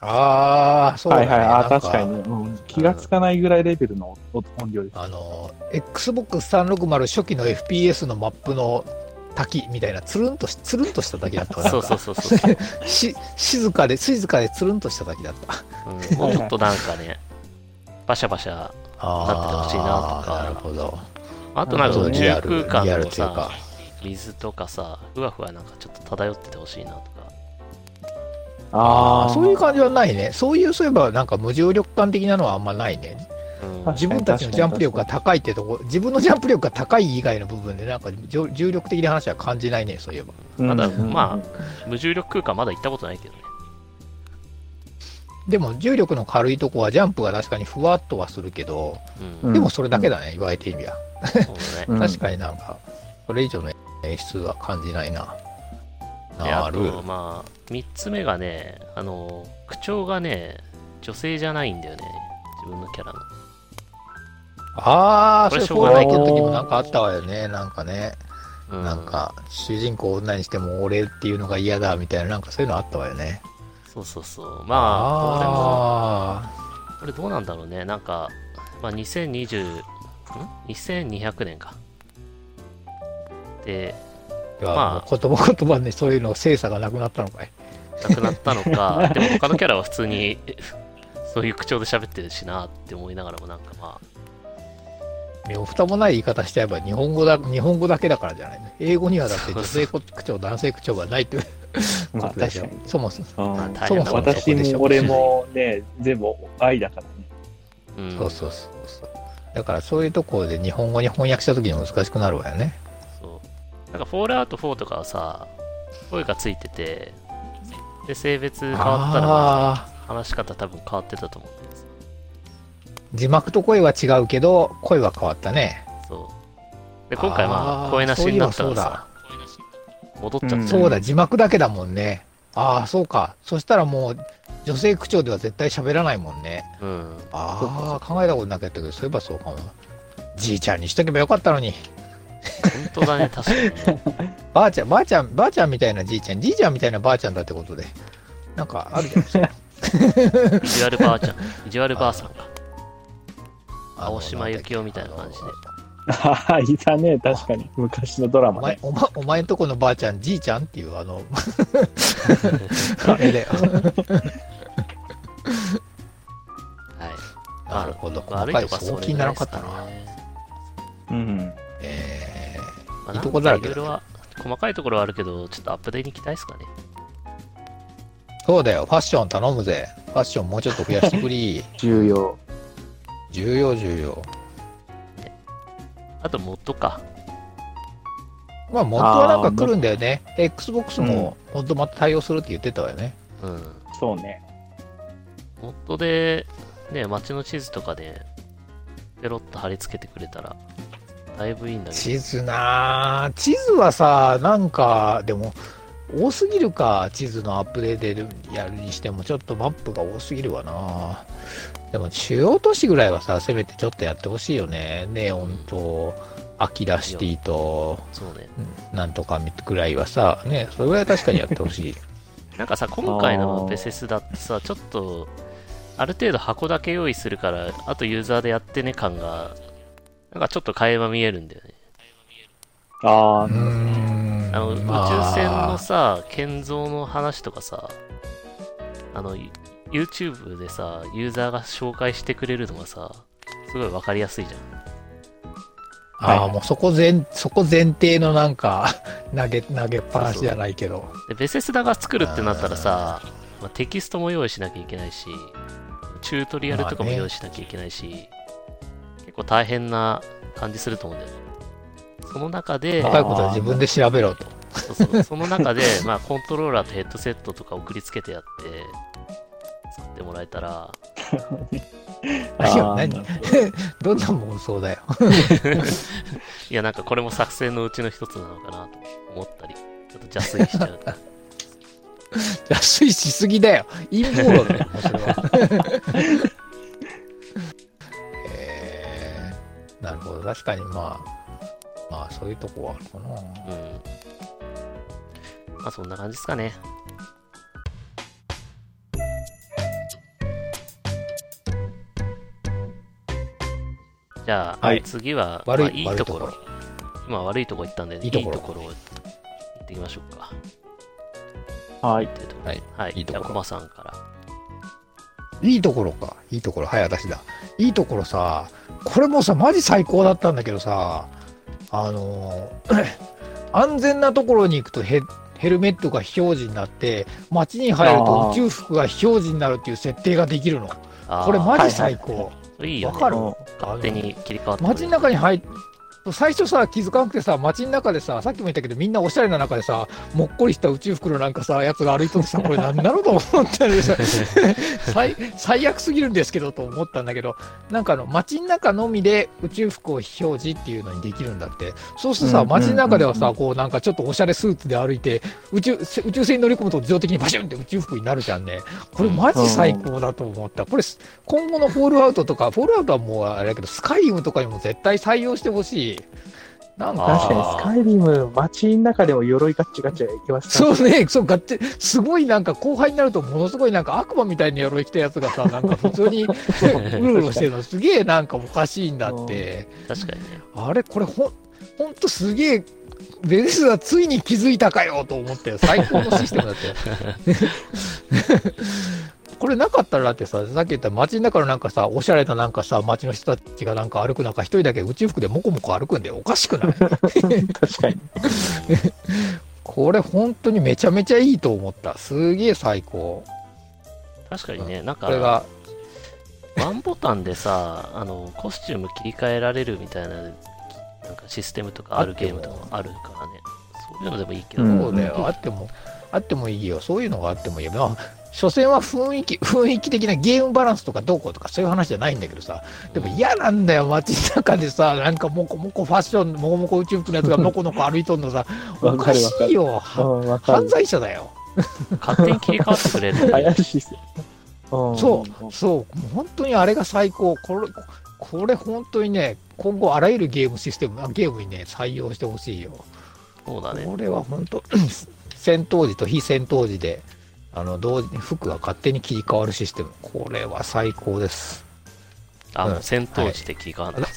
S2: ああ、そうだ
S4: は
S2: ね。
S4: いはい、あ
S2: なん
S4: 確かにね、うん、気がつかないぐらいレベルの音音量です。
S2: あの、Xbox360 初期の FPS のマップの滝みたいな、つるんとし、つるんとした滝だった。
S1: そうそう
S2: そ
S1: そうそう。
S2: う。し、静かで、静かでつるんとした滝だった。
S1: うんもうちょっとなんかね、バシャバシャ。なっててほしいなとか
S2: あーなるほど。
S1: あとなんか
S4: そ
S1: そうの
S4: 宇
S1: 宇宙
S2: リアル、
S1: 空
S2: リア
S1: 間
S2: ル
S1: の
S2: という
S1: さ
S2: か、。
S1: 水とかさ、ふわふわなんかちょっと漂っててほしいなとか。
S4: あ
S2: あそういう感じはないね。そういう、そういえば、なんか無重力感的なのはあんまないね。
S1: うん
S4: 確かに
S2: 自分たちのジャンプ力が高いってとこ、自分のジャンプ力が高い以外の部分で、なんか重重力的な話は感じないね、そういえば。
S4: うん
S1: ただ
S4: うん
S1: ま無重力空間まだ行ったことないけどね。
S2: でも重力の軽いとこはジャンプが確かにふわっとはするけど、
S1: うん。
S4: ん
S2: でもそれだけだね、言われてみりゃ。
S1: そうだね。
S4: うん
S2: 確かになんか、それ以上の演出は感じないな。
S1: で、
S2: な
S1: あ
S2: る。
S1: と、まあ、3つ目がね、あの、口調がね、女性じゃないんだよね。自分のキャラの。
S2: ああ、
S1: こ
S2: そ
S1: れ
S2: れ、
S1: しょうがない
S4: けど
S2: の時もなんかあったわよね、なんかね。
S1: うん
S2: なんか、主人公を女にしても俺っていうのが嫌だみたいな、なんかそういうのあったわよね。
S1: そうそうそう。まあ、どうでも
S2: あ
S1: これどうなんだろうね。なんか、まあ、2020、ん ?2200 年か。で、
S2: ー。いや
S1: ま
S2: もう言葉言葉にそういうの精査がなくなったのかい。
S1: 亡くなったの か、でも他のキャラは普通に、 えそういう口調で喋ってるしなって思いながらも、なんかま
S2: いや蓋もない言い方しちゃえば日本語だ、日本語だけだからじゃないの英語にはだって
S1: そうそ
S2: 女
S1: う
S2: 性口調、男性口調がないという
S4: まあ
S2: ことでしょ
S4: 確かに。
S2: そもそも。
S4: う
S1: あ、
S4: ん
S1: 大
S2: そ
S1: 変
S2: も
S1: な
S2: そ
S1: こ
S2: も
S1: と
S2: そ
S4: 私
S2: こでしょ
S4: も俺もね、全部愛だからね。
S1: うん
S2: そうそうそうそう。だからそういうところで日本語に翻訳したときに難しくなるわよね。
S1: そう。なんか、フォールアウト4とかはさ、声がついてて、で、性別変わったらま
S2: あー
S1: あ、話し方多分変わってたと思うんです。
S2: 字幕と声は違うけど声は変わったね
S1: そう。で、今回まあ、
S2: ー
S1: 声なしになった
S2: そうい
S1: ら
S2: えば
S1: さ、戻っちゃったよね
S2: そうだそうだ字幕だけだもんねああそうかそしたらもう女性口調では絶対喋らないもんね
S1: うん。
S2: ああ考えたことなかったけどそういえばそうかもじいちゃんにしとけばよかったのに
S1: 本当だね、確かにね。
S2: ばあちゃんばあちゃんばあちゃんみたいなじいちゃんじいちゃんみたいなばあちゃんだってことでなんかあるじゃん
S1: ビジュアルばあちゃん、ビジュアルばあさん か。青島由紀夫みたいな感じで
S4: あ ーいたね、確かに。昔のドラ
S2: お
S4: マ
S2: 前
S4: ね。
S2: お前お前んとこのばあちゃんじいちゃんっていうあの あ れだよ
S1: はい。
S2: なるほど細
S1: 悪い
S2: かい
S1: とか
S2: そ
S1: そうれ
S2: 気に
S1: ぐ
S2: な
S1: ら
S2: ら
S1: い
S2: な
S1: です
S2: かっ
S1: か
S2: たな
S1: ね。
S4: うん。
S2: え
S1: まあ
S2: いいとこだらけ
S1: なんかいろいろは、細かいところはあるけど、ちょっとアップデートに期待ですかね。
S2: ーそうだよ、ファッション頼むぜ。ファッションもうちょっと増やしてく り。
S4: 重要。
S2: 重要、重要。
S1: あと、モッドか。
S2: まあ、元はなんか来るんだよね。Xbox も、本当また対応するって言ってたわよね。
S1: うん。
S4: そうね。
S1: モッドで、ね、街の地図とかで、ペロッと貼り付けてくれたら、だいぶいいんだけ
S2: 地図なあ地図はさ、なんか、でも、多すぎるか、地図のアップデートやるにしても、ちょっとマップが多すぎるわなでも、主要都市ぐらいはさ、せめてちょっとやってほしいよね。ネオンと、アキラシティと、
S1: ど、そうね。
S2: なんとかぐらいはさ、ね、それぐらい確かにやって ほしい。
S1: なんかさ、今回
S4: あ
S1: の
S4: ー
S1: ベセスだってさ、ちょっと、ある程度箱だけ用意するから、あとユーザーでやってね感が、なんかちょっと垣間見えるんだよね。
S4: ああ、
S2: ん
S1: あの、宇宙船のさ、建造の話とかさ、あの、ユ YouTube でさ、ユーザーが紹介してくれるのがさ、すごいわかりやすいじゃん。
S2: あ
S4: は
S2: あ、
S4: い
S2: もうそこ前、そこ前提のなんか、投げ、投げっぱなしじゃないけど。
S1: でベセスダが作るってなったらさ、まあテキストも用意しなきゃいけないし、チュートリアルとかも
S2: まあね
S1: 用意しなきゃいけないし、結構大変な感じすると思うんだよね。その中で、
S2: 高いことは自分で調べろと。
S1: そうそうその中で、 まあ、コントローラーとヘッドセットとか送りつけてやって、作ってもらえたら、
S4: あ
S2: いや
S4: ー
S2: 何どんな妄想だよ。
S1: いや、なんかこれも作戦のうちの一つなのかなと思ったり、ちょっと邪推しちゃう。
S2: 安いしすぎだよ。陰謀論 だよ、もうそれは。えーなるほど。確かにまあ、まあそういうとこはあるかな。
S1: うん。まあ、そんな感じですかね。じゃあ、
S4: はい
S1: 次は、
S2: 悪い
S1: まあ、いいところ。
S2: 悪い
S1: 今悪いとこ行ったんで、ね、い
S2: い
S1: い
S2: い
S1: と
S2: と
S1: こ
S2: ころ
S1: ろ行ってきましょうか。
S4: はい。
S1: というところ
S2: はい。
S1: はい。
S2: いいとこ
S1: じ
S2: ろ
S1: ゃあ、コマさんから。
S2: いいところか。いいところ。はい、私だ。いいところさ、これもさ、マジ最高だったんだけどさ、あのー 安全なところに行くとヘヘルメットが非表示になって、街に入ると
S4: あー
S2: 宇宙服が非表示になるっていう設定ができるの。
S1: あー
S2: これマジ最高。
S1: いいよ、ね。
S2: わかる
S4: うん
S1: 勝手に切り替わってくれる
S2: 街の中に入っ最初さ気づかなくてさ街の中でささっきも言ったけどみんなおしゃれな中でさもっこりした宇宙服のなんかさやつが歩いとってさこれ何なのと思ったんでさ 最最悪すぎるんですけどと思ったんだけどなんかあの街の中のみで宇宙服を非表示っていうのにできるんだってそうすると
S4: う
S2: さ
S4: んうんうんうん
S2: 街の中ではさこうなんかちょっとおしゃれスーツで歩いて宇宙宇宙船に乗り込むと自動的にバシュンって宇宙服になるじゃんねこれマジ最高だと思ったこれ今後のフォールアウトとか、フォールアウトはもうあれだけど、スカイウムとかにも絶対採用してほしい。なん
S1: あー
S2: か、
S4: 確かにスカイリム、街の中でも鎧ガッチガチいきましたね。
S2: そうね、そう、ガッチ、すごいなんか後輩になるとものすごいなんか悪魔みたいな鎧着たやつがさ、なんか普通 にうろうろしてるのすげえなんかおかしいんだって。
S1: 確かにね。
S2: あれ、これほん、ほんとすげえ、ベレスラついに気づいたかよと思って、最高のシステムだったよ。 これなかったらだってさ、さっき言った街の中のなんかさ、おしゃれななんかさ、街の人たちがなんか歩く中、一人だけ宇宙服でモコモコ歩くんでおかしくない
S4: 確 かに。
S2: これ本当にめちゃめちゃいいと思った。すげえ最高。
S1: 確かにね、なん
S2: これ
S1: か、
S2: が、
S1: ワンボタンでさ、あの、コスチューム切り替えられるみたいな、なんかシステムとかあるゲームとかもあるからね。そういうのでもいいけど、
S4: うん
S2: そうだよ、あっても、あってもいいよ。そういうのがあってもいいよ。まあ所詮は雰囲気、雰囲気的なゲームバランスとかどうこうとかそういう話じゃないんだけどさ、でも嫌なんだよ、街の中でさ、なんかもこもこファッション、もこもこ宇宙服のやつがのこのこ歩いとんのさ、お
S4: わか
S2: か
S4: る
S2: し
S4: わかる
S2: いよ。
S4: うん、わか
S2: 犯
S4: る。
S2: 罪者だよ。
S1: 勝手に切り替わってくれるん だよね
S4: 怪しいっすよ。うん
S2: そう、そう、もう本当にあれが最高。これ、これ本当にね、今後あらゆるゲームシステム、あゲームにね、採用してほしいよ。
S1: そうだね。
S2: これは本当 戦闘時と非戦闘時であの同時に服が勝手に切り替わるシステムこれは最高です、
S1: あ、
S2: うん
S1: もう戦闘時で切り替わるんだ。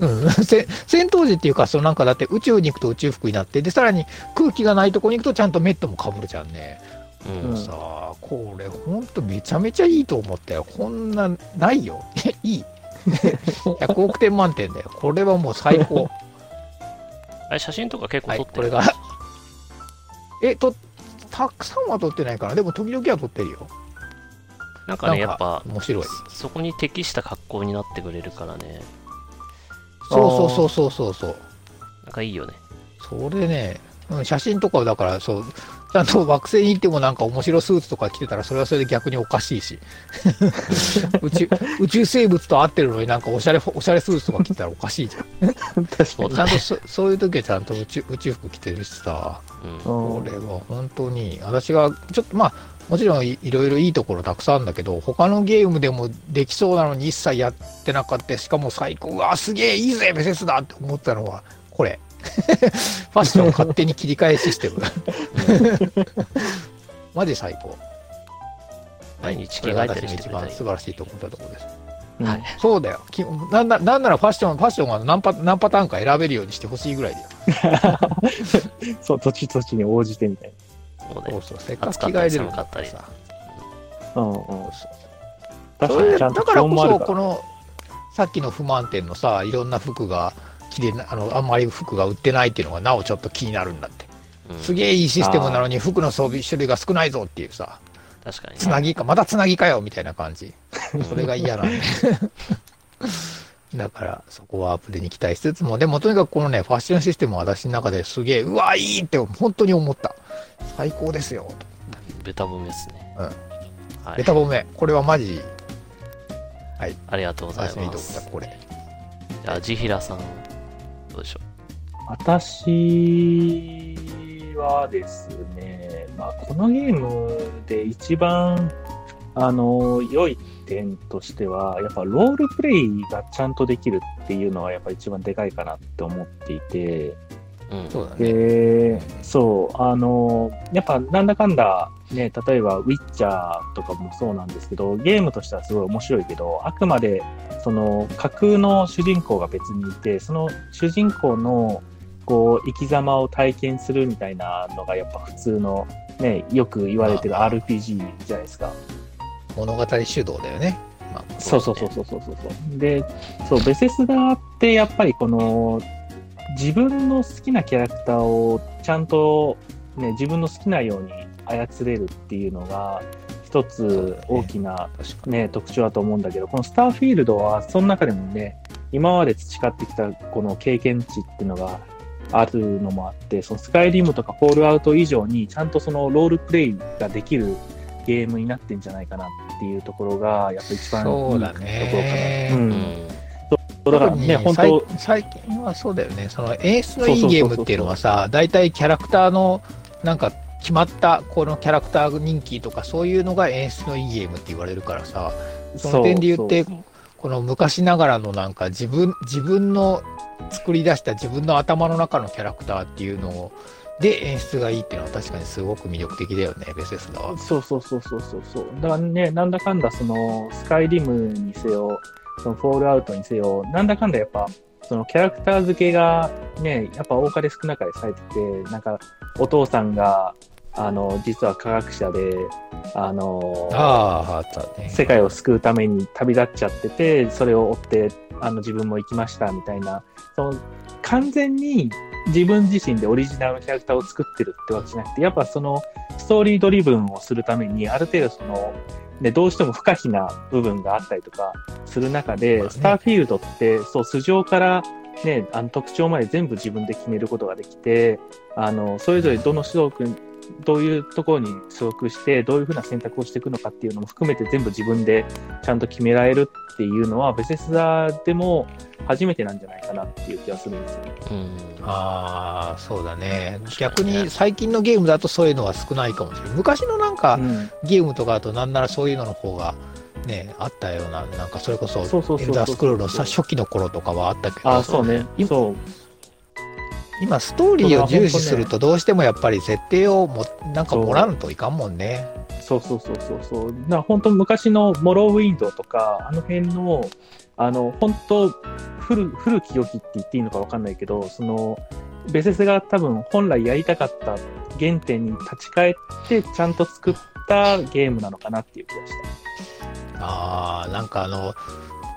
S2: うん、 せ戦闘時っていうかそのなんかだって宇宙に行くと宇宙服になってでさらに空気がないとこに行くとちゃんとメットもかぶるじゃんね、
S1: うん。
S2: さあこれほんとめちゃめちゃいいと思ったよこんなないよ いい100億点満点だよこれはもう 最高
S1: あれ、写真とか結構
S2: はい、
S1: 撮って
S2: こ
S1: る
S2: れが。 え、と、たくさんは撮ってないから、でも時々は撮ってるよ。
S1: なんかね、
S2: なん
S1: や
S2: か
S1: っぱ、
S2: 面白い。
S1: そこに適した格好になってくれるからね。
S2: そうそうそうそうそう
S1: なんかいいよね。
S2: そう。それね、うん、写真とかはだから、そう、ちゃんと惑星に行ってもなんか面白スーツとか着てたら、それはそれで逆におかしいし。 宇宙、宇宙生物と合ってるのになんかおしゃれ、おしゃれスーツとか着てたらおかしいじゃん。
S4: 確か
S1: そう
S2: ち
S1: だ
S2: ゃん
S1: ね
S2: とそ、そういう時はちゃんと宇宙、宇宙服着てるしさ。
S1: うん。
S2: これは本当に私がちょっとまあもちろんいいろいろいいところたくさんあるんだけど他のゲームでもできそうなのに一切やってなかったしかも最高うわすげえいいぜベセスだって思ったのはこれ ファッション勝手に切り替えシステム マジ最高
S1: 毎日着
S2: これ
S1: 替
S2: が
S1: えた
S2: 私
S1: りし
S2: の
S1: て
S2: 一
S1: くれた
S2: 番
S1: り
S2: 素晴らしいと思ったところです
S4: に。
S1: はい。
S2: そうだよきなんななんならファッションファッションは何パ何パターンか選べるようにしてほしいぐらいだよ
S4: そう、土地土地に応じてみたい
S1: そう
S2: そ
S1: ね
S2: う。そうせっかく
S1: 暑
S2: 着
S1: かった
S2: 替え
S1: り
S2: れるん
S1: 寒
S2: だ
S1: かったり
S2: さ
S4: な。うんうん。確
S2: そ
S4: か
S2: れ
S4: に、
S2: で
S4: ちゃ
S2: だ
S4: んと
S2: から
S4: 気温
S2: こ
S4: もあ
S2: そ
S4: る
S2: このさっきの不満点のさいろんな服が着れなあのあんまり服が売ってないっていうのがなおちょっと気になるんだって
S1: うん
S2: すげえいいシステムなのに服の装備種類が少ないぞっていうさ
S1: 確かに
S2: つ
S1: ね。
S2: なぎかまたつなぎかよみたいな感じ
S1: うん
S2: それが嫌なんでだからそこはアップデに期待しつつもでもとにかくこのねファッションシステムは私の中ですげえうわいいって本当に思った最高ですよ
S1: ベタ褒めですね。
S2: うん
S1: は
S2: ベ
S1: い
S2: タ。褒めこれはマジ
S1: ありがとうござ
S2: 最
S1: い
S2: 初にいい
S1: ま
S2: と思っ
S1: す
S2: た。これ
S1: じゃあ、ジヒラさん、どうでしょ
S4: 私はですね、まあ、このゲームで一番あの良い点としてはやっぱロールプレイがちゃんとできるっていうのはやっぱ一番でかいかなって思っていて
S1: う。うん。
S2: そうだね
S4: でそうあのやっぱなんだかんだね例えば「ウィッチャー」とかもそうなんですけどゲームとしてはすごい面白いけどあくまでその架空の主人公が別にいてその主人公のこう生き様を体験するみたいなのがやっぱ普通の、ね、よく言われてる
S2: あ
S4: RPG じゃないですか。
S2: 物語主導だよね
S4: そうそうそうそうそうそうそう。で、そう、ベセスダってやっぱりこの、自分の好きなキャラクターをちゃんと、ね、自分の好きなように操れるっていうのが、一つ大きな、
S2: 確かに
S4: ね、特徴だと思うんだけど、このスターフィールドは、その中でもね、今まで培ってきたこの経験値っていうのがあるのもあって、そのスカイリムとかフォールアウト以上に、ちゃんとそのロールプレイができるゲームになってんじゃないかなっていうところが、やっぱ一番いいとこ
S2: そう
S4: ろ
S2: だ
S4: かな。
S2: ね
S4: う。
S1: うんん。
S4: そうだからね、
S2: 特に
S4: 本当、
S2: 最最近はそうだよねその演出のいいゲームっていうのはさ大体キャラクターのなんか決まったこのキャラクター人気とかそういうのが演出のいいゲームって言われるからさその点で言って
S4: そう
S2: この昔ながらのなんか自分自分の作り出した自分の頭の中のキャラクターっていうのをで演出がいいっていうのは確かにすごく魅力的だよねベセスダは。
S4: そうそうそうそうそうそう。だからね、なんだかんだそのスカイリムにせよ、そのフォールアウトにせよ、なんだかんだやっぱそのキャラクター付けがね、やっぱ多かれ少なかれされてて、なんかお父さんがあの実は科学者で、あの
S2: あああったね。
S4: 世界を救うために旅立っちゃっててそれを追ってあの自分も行きましたみたいなその完全に自分自身でオリジナルのキャラクターを作ってるってわけじゃなくてやっぱそのストーリードリブンをするためにある程度その、ね、どうしても不可避な部分があったりとかする中で、
S2: まあね
S4: スターフィールドってそう素性から、ね、あの特徴まで全部自分で決めることができてあのそれぞれどの種族にどういうところに所属してどういうふうな選択をしていくのかっていうのも含めて全部自分でちゃんと決められるっていうのはベセスダでも初めてなんじゃないかなっていう気がするんですよね。
S1: うん。
S2: ああそうだね
S1: 確か
S2: 逆
S1: にね
S2: に最近のゲームだとそういうのは少ないかもしれない昔のなんか
S4: うん
S2: ゲームとかだとなんならそういうのの方がねあったようななんかそれこそエ
S4: そうそうそうそう
S2: ルダースクロールのさ初期の頃とかはあったけど
S4: あそうね。
S2: 今
S4: そう
S2: 今ストーリーを重視するとどうしてもやっぱり設定をもなんかもらんといかんもんね
S4: そうそうそうそうそう。な本当昔のモローウィンドウとかあの辺のあの本当古古き良きって言っていいのかわかんないけど、そのベセスが多分本来やりたかった原点に立ち返ってちゃんと作ったゲームなのかなっていう気がした。
S2: あーなんかあの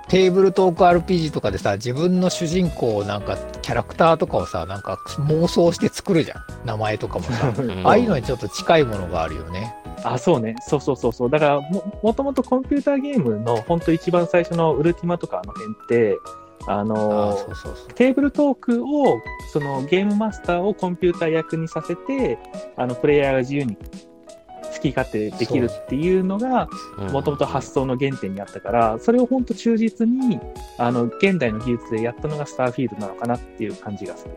S2: テーブルトーク RPG とかでさ自分の主人公をなんかキャラクターとかをさなんか妄想して作るじゃん名前とかもさ
S1: うん
S2: ああいうのにちょっと近いものがあるよね
S4: あ、そうね。そうそうそうそう。だからも、もともとコンピューターゲームの、ほんと一番最初のウルティマとかあの辺って、あ
S2: ああ
S4: の
S2: そうそうそう
S4: テーブルトークを、そのゲームマスターをコンピューター役にさせて、あの、プレイヤーが自由に好き勝手できるっていうのが、
S1: うん
S4: もともと発想の原点にあったから、それをほんと忠実に、あの、現代の技術でやったのがスターフィールドなのかなっていう感じがする。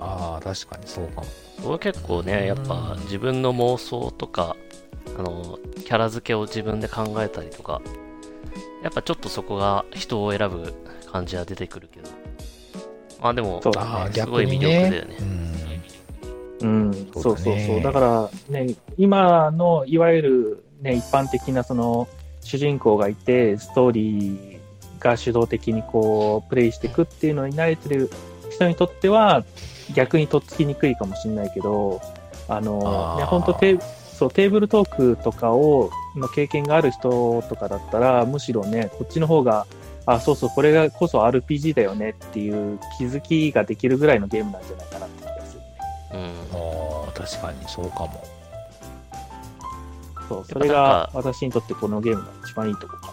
S2: ああ確かにそうかも
S1: 僕は結構ね、やっぱ自分の妄想とか、あの、キャラ付けを自分で考えたりとか、やっぱちょっとそこが人を選ぶ感じは出てくるけど。まあでも、
S4: そうだね
S2: ああ
S1: すご
S2: 逆
S1: い魅
S2: に
S1: 力だ
S2: ね
S1: よね
S2: うん
S4: うん、
S2: そ
S4: そうう
S2: だね
S4: そうそう。だからね、今のいわゆるね、一般的なその主人公がいて、ストーリーが主導的にこう、プレイしていくっていうのに慣れてる人にとっては、逆にとっつきにくいかもしれないけど、あの、
S2: あー
S4: ね、本当テーそうテーブルトークとかをの経験がある人とかだったらむしろねこっちの方があそうそうこれがこそ RPG だよねっていう気づきができるぐらいのゲームなんじゃないかなって気がするね。
S1: うん。
S2: ああ確かにそうかも
S4: そう、
S1: やっぱな
S4: そ
S1: んか
S4: れが私にとってこのゲームが一番いいとこ かな。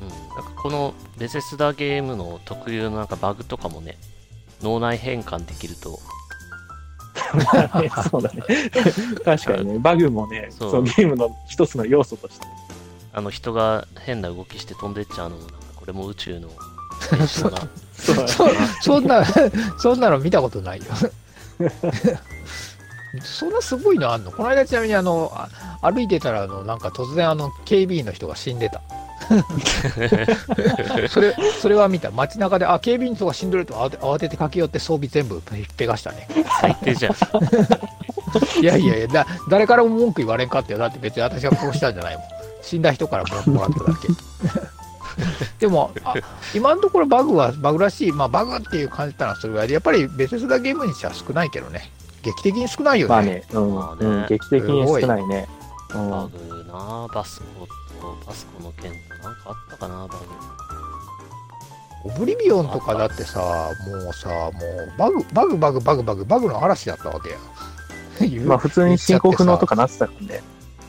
S1: うん、なんかこのベセスダゲームの特有のなんかバグとかもね、脳内変換できると、
S4: そうだね。確かにね、バグもね、
S1: そ
S4: そうのゲームの一つの要素として。
S1: あの人が変な動きして飛んでっちゃうのも、なんかこれも宇宙の演出が
S4: そうだね
S2: そそんな そんなの見たことないよ そんなすごいのあんのこの間ちなみにあのあ歩いてたらあのなんか突然あの警備員の人が死んでたそれそれは見た街中であ警備員の人が死んでると慌て慌てて駆け寄って装備全部ひっぺがしたね
S1: 最低じゃん。
S2: いやいやいやだ誰からも文句言われんかったよだって別に私が殺したんじゃないもん 死んだ人から文句もらっただけ でもあ今のところバグはバグらしい、まあ、バグっていう感じたらそれぐらいでやっぱりベセスダゲームにしては少ないけどね劇的に少ないよね,、
S4: まあね、
S1: まあ
S4: う
S1: ね
S4: ん、うん、劇的に少ないね。う
S1: バ
S4: ん、
S1: グなあバスコと、バスコの件となんかあったかな、バグ。
S2: オブリビオンとかだってさもうさもうバグバグバグバグバグバグの嵐だったわけや 言う
S4: まあ普通に進行不能とかなってたもんね。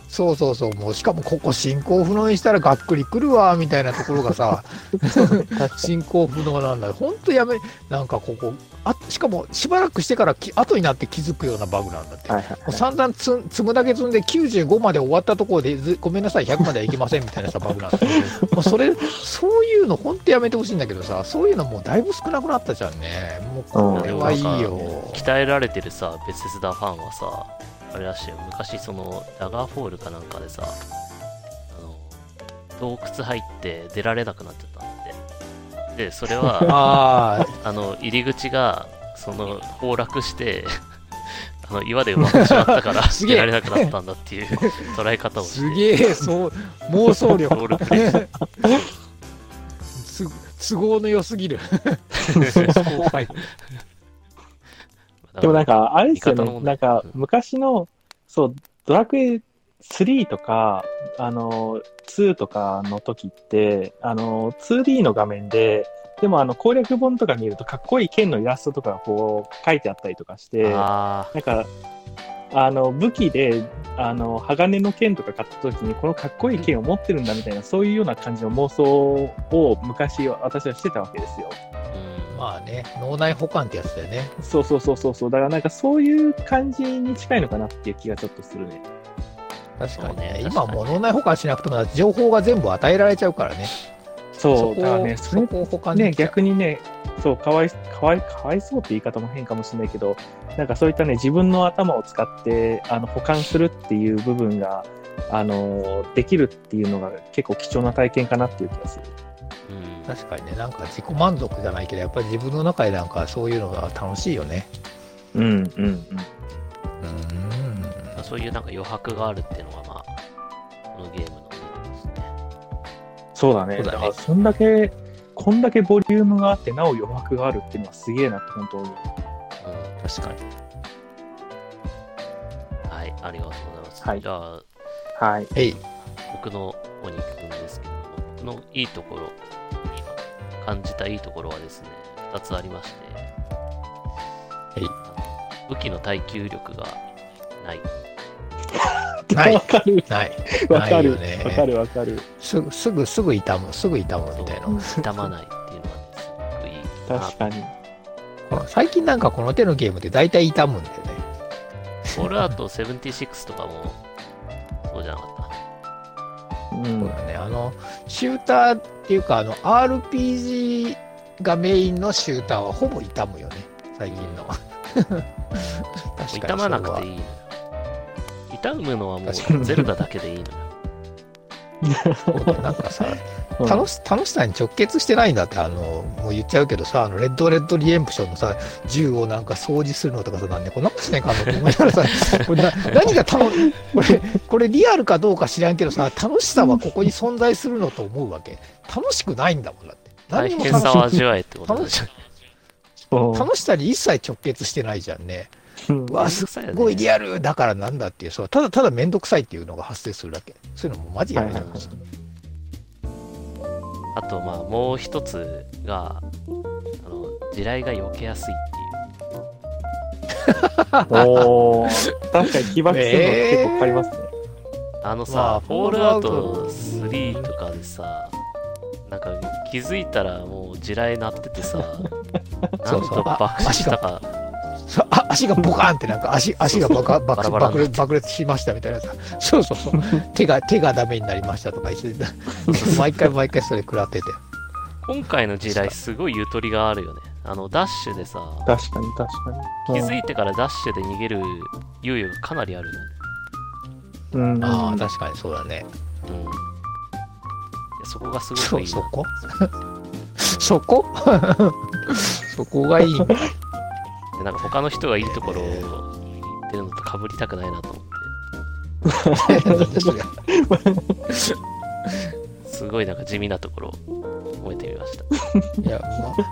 S2: そうそうそうもうしかもここ進行不能にしたらがっくりくるわみたいなところがさ 進行不能なんだよ。ほんとやめ、なんかここ、あしかもしばらくしてからき後になって気づくようなバグなんだって。
S4: はいはい
S2: もう散々つん積むだけ積んで95まで終わったところでずごめんなさい100まではいきませんみたいなさバグなんだけどもうそ れそういうの本当やめてほしいんだけどさそういうのもうだいぶ少なくなったじゃんねもうこれはいいよ、
S1: 鍛えられてるさ、ベセスダファンはさ、あれらしいよ、昔その、ダガーフォールかなんかでさ、あの、洞窟入って出られなくなっちゃったんだって。で、それは、
S2: あ
S1: あの、入り口が、その、崩落して、 あの、岩で埋まってしまったから、
S2: す
S1: 逃
S2: げえ
S1: げられなくなったんだっていう捉え方
S2: あ、
S1: を
S2: す
S1: して、
S2: げえ、そう、妄想
S1: ロ
S2: 力。
S1: ールプレイ。
S2: つ都合の良すぎる。 そうはい
S1: だ
S4: で
S1: か
S4: もな
S1: ら
S4: んか、あれですよ
S1: 味方の
S4: ね、
S1: 問題
S4: なんか
S1: うん
S4: 昔の、そう、ドラクエ3とか、あの、2とかの時って、あの、2D の画面で、でもあの攻略本とか見るとかっこいい剣のイラストとかがこう書いてあったりとかして、
S1: あ
S4: なんか、あの、武器で、あの、鋼の剣とか買った時に、このかっこいい剣を持ってるんだみたいな、そういうような感じの妄想を昔私はしてたわけですよ。
S1: あ、うん
S2: まあね、脳内保管ってやつだよね。
S4: そうそうそうそうそう。だからなんかそういう感じに近いのかなっていう気がちょっとするね。
S2: 確かにね。
S1: そうね
S2: 今はもう脳内保管しなくても、情報が全部与えられちゃうからね。
S4: そう、
S2: こ
S4: だから
S2: を
S4: ね、そ
S2: そ
S4: れ
S2: こを保管
S4: ね、
S2: できちゃう
S4: 逆にね、そう、かわい、かわい、かわいそうって言い方も変かもしれないけど、なんかそういったね、自分の頭を使って、あの、保管するっていう部分が、あの、できるっていうのが結構貴重な体験かなっていう気がする。
S1: うん
S2: 確かにね、なんか自己満足じゃないけど、やっぱり自分の中でなんかそういうのが楽しいよね。
S4: うん、うん、うん。
S2: うー
S1: まあそういうなんか余白があるっていうのが、まあ、このゲームのいいとこですね。
S4: そうだね。
S2: そうだね
S4: だから、そんだけ、こんだけボリュームがあって、なお余白があるっていうのはすげえなって、本当に。
S1: うん
S2: ん。確かに。
S1: はい、ありがとうございます。
S4: はい
S1: じゃあ、
S4: はい。
S2: えい。
S1: 僕の方に行くんですけども、僕のいいところ、今感じたいいところはですね、2つありまして、
S2: い
S1: あの武器の耐久力がない。
S2: ない
S4: わかる。
S2: ない。
S4: わか
S2: ない
S4: る。
S2: よ
S4: わ、
S2: ね
S4: かる、わかる。
S2: すぐ、すぐ、すぐ痛む、すぐ痛むみたいな。
S1: 痛まないっていうのがね、すごくいいな
S4: 確かに。
S2: この最近なんかこの手のゲームって大体痛むんだよね。
S1: フォールアウト76とかも、そうじゃなかっ
S4: うん
S2: そう。だね。あの、シューターっていうか、あの、RPG がメインのシューターはほぼ痛むよね。最近の。確か
S1: た。
S2: に
S1: 痛まなくて
S2: い。
S1: いいのよ。痛むのはも
S2: 確か
S1: うゼルダだけでいいの よ。
S2: そうだなんかさ、楽し楽しさに直結してないんだってあのもう言っちゃうけどさあのレッド・レッド・リエンプションのさ銃をなんか掃除するのとかさなんでこんなことしないかんのって思いながらさ これな何が楽これこれリアルかどうか知らんけどさ楽しさはここに存在するのと思うわけ楽しくないんだもんだって
S1: 大
S2: にも
S1: 変
S2: 楽し
S1: さを味わえってことでしょ。
S4: うん
S2: 楽しさに一切直結してないじゃんね
S4: うん
S2: うわ
S1: めんど
S2: す
S1: くさいよね
S2: ごいリアルだからなんだっていうそうただただ面倒くさいっていうのが発生するだけそういうのもマジやめちゃいました
S1: あとまあもう一つがあの地雷が避けやすいっ
S4: おー確かに起爆するの結構かかりますね。
S1: ていうあのさ、
S2: まあ
S1: フォールアウト3とかでさなんか気づいたらもう地雷鳴ってて さな
S2: そ
S1: ん
S2: うそう
S1: と爆死したか
S2: そうあ足がボカーンってなんか足足が
S1: そ
S2: 爆
S1: うそう
S2: 爆
S1: バラバラに
S2: 爆
S1: な
S2: 裂爆裂しましたみたいなさそうそうそう手が手がダメになりましたとか言って 毎回毎回それ食らってて
S1: 今回の地雷すごいゆとりがあるよねあのダッシュでさ
S4: 確かに確か
S1: 気
S4: に。
S1: づいてからダッシュで逃げる猶予がかなりあるよね
S4: うん、うん
S2: ああ確かにそうだね
S1: うんいやそこがすご
S2: そ
S1: くいうい
S2: そ
S1: な
S2: こそこ そこがい いんかい
S1: でなんか他の人がいいところを言ってるのと被りたくないなと思ってすごいなんか地味なところを覚えてみました。
S2: いや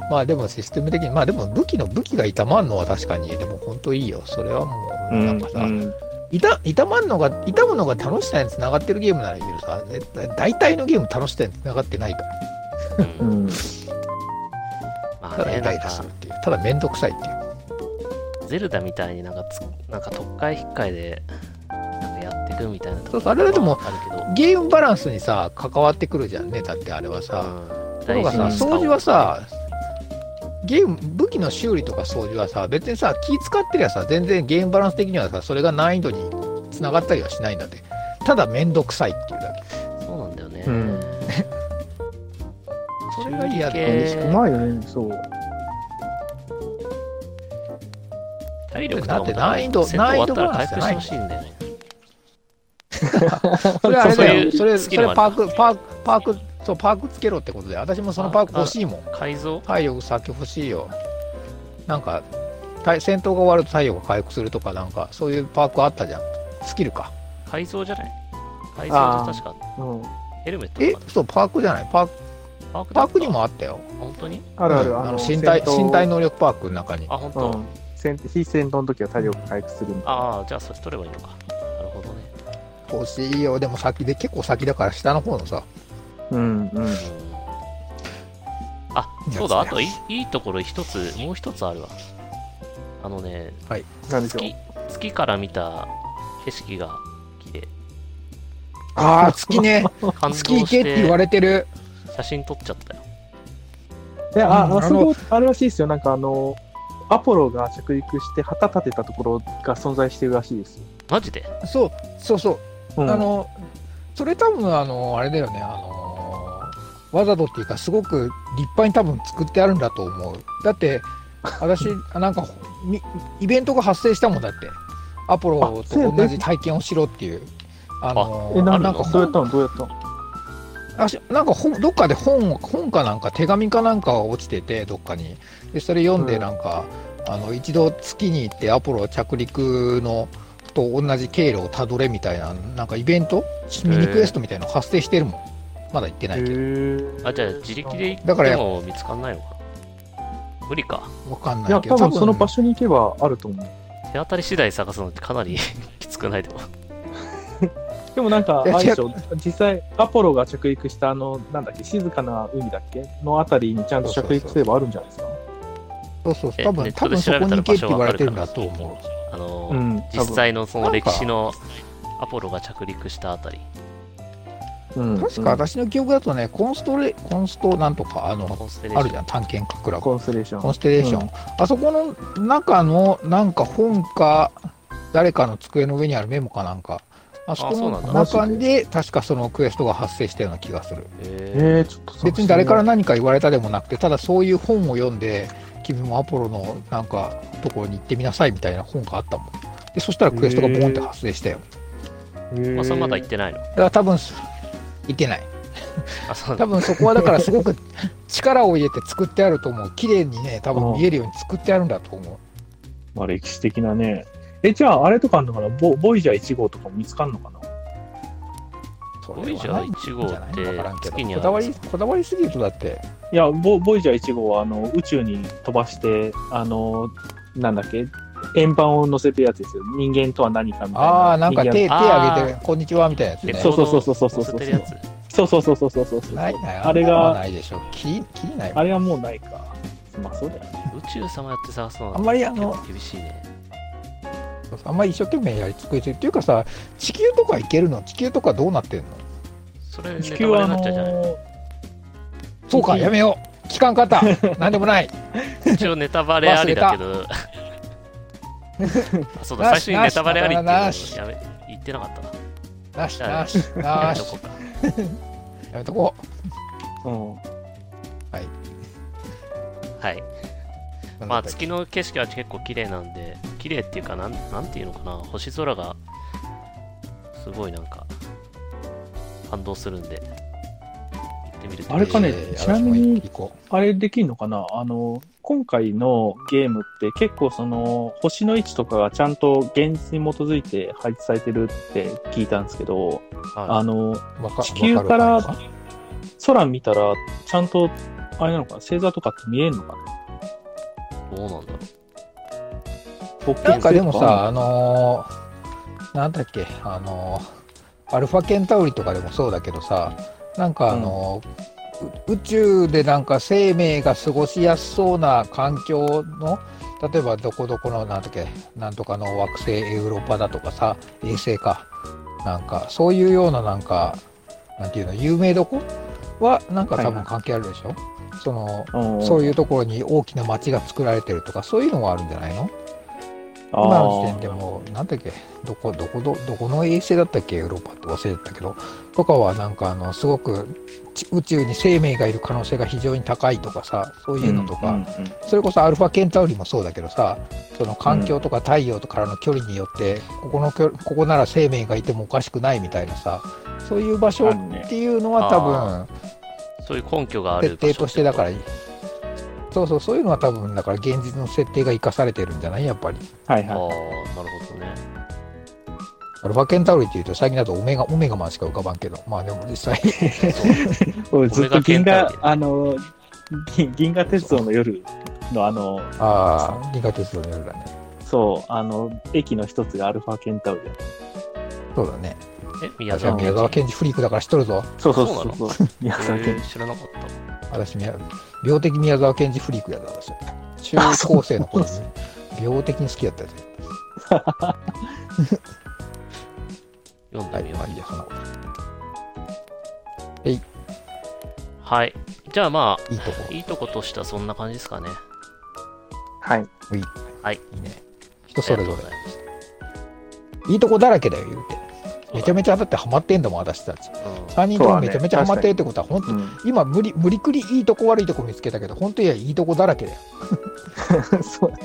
S2: ままあでもシステム的にまあでも武器の武器が痛まんのは確かにでも本当いいよそれはもう
S4: うん
S2: なんかさ、
S4: うん
S2: 痛痛まんのが痛むのが楽しさにつながってるゲームならいいけどさ絶対大体のゲーム楽しさにつながってないから
S1: うん
S4: うん
S1: ま
S2: た
S1: あ
S2: だ
S1: ね、
S2: イラ
S1: な
S2: イ
S1: ん
S2: ラするっ
S1: か、
S2: ていうただ面倒くさいっていう
S1: ゼルダみたいになんかつ、なんか特会引っかいで、なんかやっていくみたいなとこ
S2: そうそうあれはでも
S1: あるけど、
S2: ゲームバランスにさ関わってくるじゃんねだってあれはさ、
S1: うん、
S2: ところ
S1: 大
S2: がさ
S1: 事に使おう
S2: 掃除は、さゲーム武器の修理とか掃除はさ別にさ気使ってりゃさ全然ゲームバランス的にはさそれが難易度につながったりはしないんだってただ面倒くさいっていうだけ
S1: そうなんだよね。
S4: うん
S2: それが嫌だ
S1: 修理系
S4: うまいよね、そう。
S1: 体力とかも
S2: だって難易度
S1: 戦闘終わったら
S2: 難
S1: 回
S2: 易度
S1: 復
S2: バ
S1: してほし
S2: ランスじ
S1: いんだよね。
S2: それあれだよ
S1: そう
S2: それ
S1: 好
S2: そ
S1: きな
S2: れ
S1: の
S2: パ
S1: あ
S2: ークパークパークそう、パークつけろってことで、私もそのパーク欲しいもん。
S1: 改造
S2: 太陽先欲しいよ。なんか、た戦闘が終わると太陽が回復するとか、なんか、そういうパークあったじゃん。スキルか。
S1: 改造じゃない改造と確か
S4: うん、
S1: ヘルメット
S2: え
S1: とか、
S2: そう、パークじゃないパーク、
S1: パークだ
S2: パー
S1: った
S2: クにもあったよ。
S1: 本当に
S4: あるある、
S2: うん
S4: あ
S2: あ
S4: の
S2: の身体、
S4: 戦闘
S2: 身体能力パークの中に。
S1: あ、本当、
S4: うん戦非戦闘の時は体力回復するんだ
S1: ああ、じゃあそれ取ればいいのか。なるほどね。
S2: 欲しいよ。でも先で、結構先だから、下の方のさ。
S4: うんうん
S1: うんあ、そうだ、あといいいところ一つ、もう一つあるわ。あのね、
S4: なんでしょう
S1: 月月から見た景色が綺麗
S2: ああ、月ね。
S1: 感動
S2: 月行
S1: し
S2: けって言わ
S1: て
S2: れてる。
S1: 写真撮っちゃったよ。
S4: いや
S2: うん
S4: ああ
S2: あ
S4: そ
S2: の
S4: こあれらしいですよなんかあのアポロが着陸して旗立てたところが存在してるらしいですよ、
S1: マジで
S2: そう、そうそう。
S4: うん、
S2: あの、それ多分、あの、あれだよね、あの、わざとっていうか、すごく立派に多分作ってあるんだと思う。だって、 私、なんか、みイベントが発生したもんだって、アポロ
S4: あそうや
S2: と
S4: ね
S2: 同じ体験をしろっていう。あの
S4: えな
S1: あ
S4: ん
S1: る
S4: な
S1: の
S4: ん
S2: か
S4: かどうやったのどうやったの
S2: あしなんか本どっかで本本かなんか手紙かなんかが落ちててどっかにでそれ読ん
S4: う
S2: で
S4: ん
S2: なんか、あの一度月に行ってアポロ着陸のと同じ経路をたどれみたいななんかイベントミニクエストみたいなの発生してるもんまだ行ってないけど
S4: へ
S1: あ、じゃあ自力で行
S2: だ
S1: っ
S2: から
S1: て
S2: やっ
S1: も見つかんないのかな無理か。
S2: わかん
S4: い
S2: な
S4: や
S2: いけど
S4: 多分その場所に行けばあると思う
S1: 手当たり次第探すのってかなり きつくないでも。
S4: でもなんか、あ
S2: いや
S4: れでしょ実際、アポロが着陸したあの、なんだっけ、静かな海だっけのあたりにちゃんと着陸すればあるんじゃないですか。
S2: そうそう
S1: え
S2: 多
S1: ネッ
S2: 分
S1: ト
S2: 多
S1: で
S2: 分そ
S1: 調
S2: こ
S1: べたら
S2: に行けって
S1: 場
S2: 言わ
S1: 所わか
S2: れ
S1: る
S2: て
S1: か
S2: る
S1: ら
S2: んだと思
S1: あの
S4: う
S1: ー、
S4: ん、
S1: 実際のその
S2: なん
S1: 歴
S2: か
S1: 史のアポロが着陸したあたり。
S4: 多
S2: う
S4: 分、う、
S2: ん確か私の記憶だとねコンストレコンストなんとかあの
S1: コンステレー
S2: あ
S1: ション
S2: るじゃん探検かくら
S4: コンステレーション。
S2: コンステレーション、あそこの中のなんか本か誰かの机の上にあるメモかなんかあそこ
S1: そうなんだ
S2: の中で確かそのクエストが発生したような気がする
S1: えー
S4: えー、ちょっとそれ
S2: 別に誰から何か言われたでもなくてただそういう本を読んで君もアポロのなんかところに行ってみなさいみたいな本があったもんでそしたらクエストがボンって発生したよ
S1: まあ、それまだ行ってないの。
S2: だから多分行ってない
S1: あ、そうな
S2: 多
S1: んだ。
S2: 分そこはだからすごく力を入れて作ってあると思う綺麗にね多分見えるように作ってあるんだと思う
S4: まあ、歴史的なね。え、じゃあ、あれとかあるのかなボボイジャー1号とかも見つかんのかな
S2: そ
S1: ボイ
S2: れ
S1: ジ
S2: は
S1: ャ
S2: ない
S1: ー1号
S2: じゃないわからん
S1: って
S2: けど
S1: 月にあ
S2: こ
S1: る
S2: だ
S1: ん
S2: わ
S1: です
S2: りこだわりすぎるとだって
S4: いやボ、ボイジャー1号は、あの、宇宙に飛ばして、あの、なんだっけ、円盤を乗せてるやつですよ。人間とは何かみたいな。
S2: ああなんか手手
S4: 人間
S1: あー
S2: 挙げてこんにちはみたいなやつ
S1: レ
S2: ね
S1: コ
S4: そう
S1: ード
S4: そ
S1: を
S4: うそうそうそ
S1: 載せ
S4: うそう
S1: てるやつ。
S4: そうそうそうそうそうそうそう。
S2: ないない
S4: あれが
S2: んなのはないでしょきりきりないわ
S4: あれはもうないか。まあそうだよね。
S1: 宇宙様やって探すの
S2: あんまりあ
S1: 結
S2: の
S1: 構厳しいね。
S2: あんまり一生懸命やり尽くしてっていうかさ地球とか行けるの地球とかどうなってんの
S1: それ、
S4: 地
S1: ネタ
S4: 球
S1: バ
S4: は
S1: レ
S4: あ
S1: にな
S4: の
S1: っちゃうじゃない
S4: ー
S2: そうかやめよう機関方なんでもない
S1: 一応ネタバレありだけど。あそうだ、最初
S2: なし
S1: にネタバレありっていうの
S2: なし
S1: やめ言ってなかったな。
S2: なしなしな
S1: やめ
S2: し
S1: とこうか。
S2: やめとこ
S4: うん。
S1: はい。
S2: う
S1: まあ、月の景色は結構綺麗なんで、綺麗っていうかなん、なんていうのかな、星空が、すごいなんか、感動するんで、行ってみると
S4: あれかね
S2: えー
S4: ちなみに
S2: 私も行こ
S4: あれできんのかなあの、今回のゲームって結構その、星の位置とかがちゃんと現実に基づいて配置されてるって聞いたんですけど、あ
S1: は。
S4: の、
S2: うわか
S4: 地球から
S2: わかるか
S4: 空見たらちゃんと、あれなのかな星座とかって見えるのかない
S1: どうなんだろ
S4: ぼっけり
S2: ななんかでも
S4: すると
S2: さあのーなんだっけあのーアルファケンタウリとかでもそうだけどさなんかあのーう宇宙でなんか生命が過ごしやすそうな環境の例えばどこどこのなんだっけなんとかの惑星エウロパだとかさ衛星かなんかそういうようななんかなんていうの有名どこはなんか多
S4: はいは
S2: 分
S4: い
S2: 関係あるでしょ、その
S4: うん、
S2: そう
S4: いう、
S2: いうところに大きな町が作られてるとかそういうのはあるんじゃないの
S4: あ
S2: 今の時点
S4: ー
S2: でも、なんだっけ、どこ、どこ、どどこの衛星だったっけ、ヨーロッパって忘れてたけど、とかはなんか、あの、すごくち宇宙に生命がいる可能性が非常に高いとかさ、そういうのとか、
S4: うんうんうん
S2: それこそアルファケンタウリもそうだけどさ、その環境とか太陽とからの距離によって、ここの距離、ここなら生命がいてもおかしくないみたいなさ、そういう場所
S4: あ
S2: っ
S4: るね
S2: ていうのは多
S1: あ
S2: 分、
S1: そういう根拠がある
S2: 設
S1: 場所
S2: 定としてだからそうそうそういうのは多分だから現実の設定が生かされてるんじゃないやっぱり
S4: はい
S1: ああ
S4: は
S1: なるほどね
S2: あれバケンタウリっていうと最近だとオメガオメガマンしか浮かばんけどまあでも実 際
S4: い。ずっと
S1: 俺が
S4: 銀河
S1: ケンタウロ、ス
S4: あの、銀銀河鉄道の夜のあの、
S2: ああ銀河鉄道の夜だね
S4: そう、あの、駅の一つがアルファケンタウロス。
S2: そうだね
S1: え宮
S2: 私は
S1: 沢
S2: 宮沢賢治フリークだから知っとるぞ
S4: そうそう
S1: そうなの
S4: そうそう。宮沢
S1: え
S4: 賢
S1: ー知らなかった
S2: 私宮病的宮沢賢治フリークやだ私中高生の頃に 病的に好きやったやつ
S1: 読ん
S2: は
S1: でみ
S2: い
S1: よう、
S2: まあいいやそんなこと
S1: はい。じゃあま
S2: いいとこ
S1: あ、いいとことしてはそんな感じですかね。
S4: はい。
S2: いいね人それぞ
S1: ありがとうございます
S2: れいいとこだらけだよ言うてめちゃめちゃだってハマってんだもん私たち
S1: うん
S2: 3人ともめちゃめちゃハマってるってことは本当
S4: うん。
S2: 今無理無理くりいいとこ悪いとこ見つけたけど本当いやいいとこだらけだよ
S4: そうね。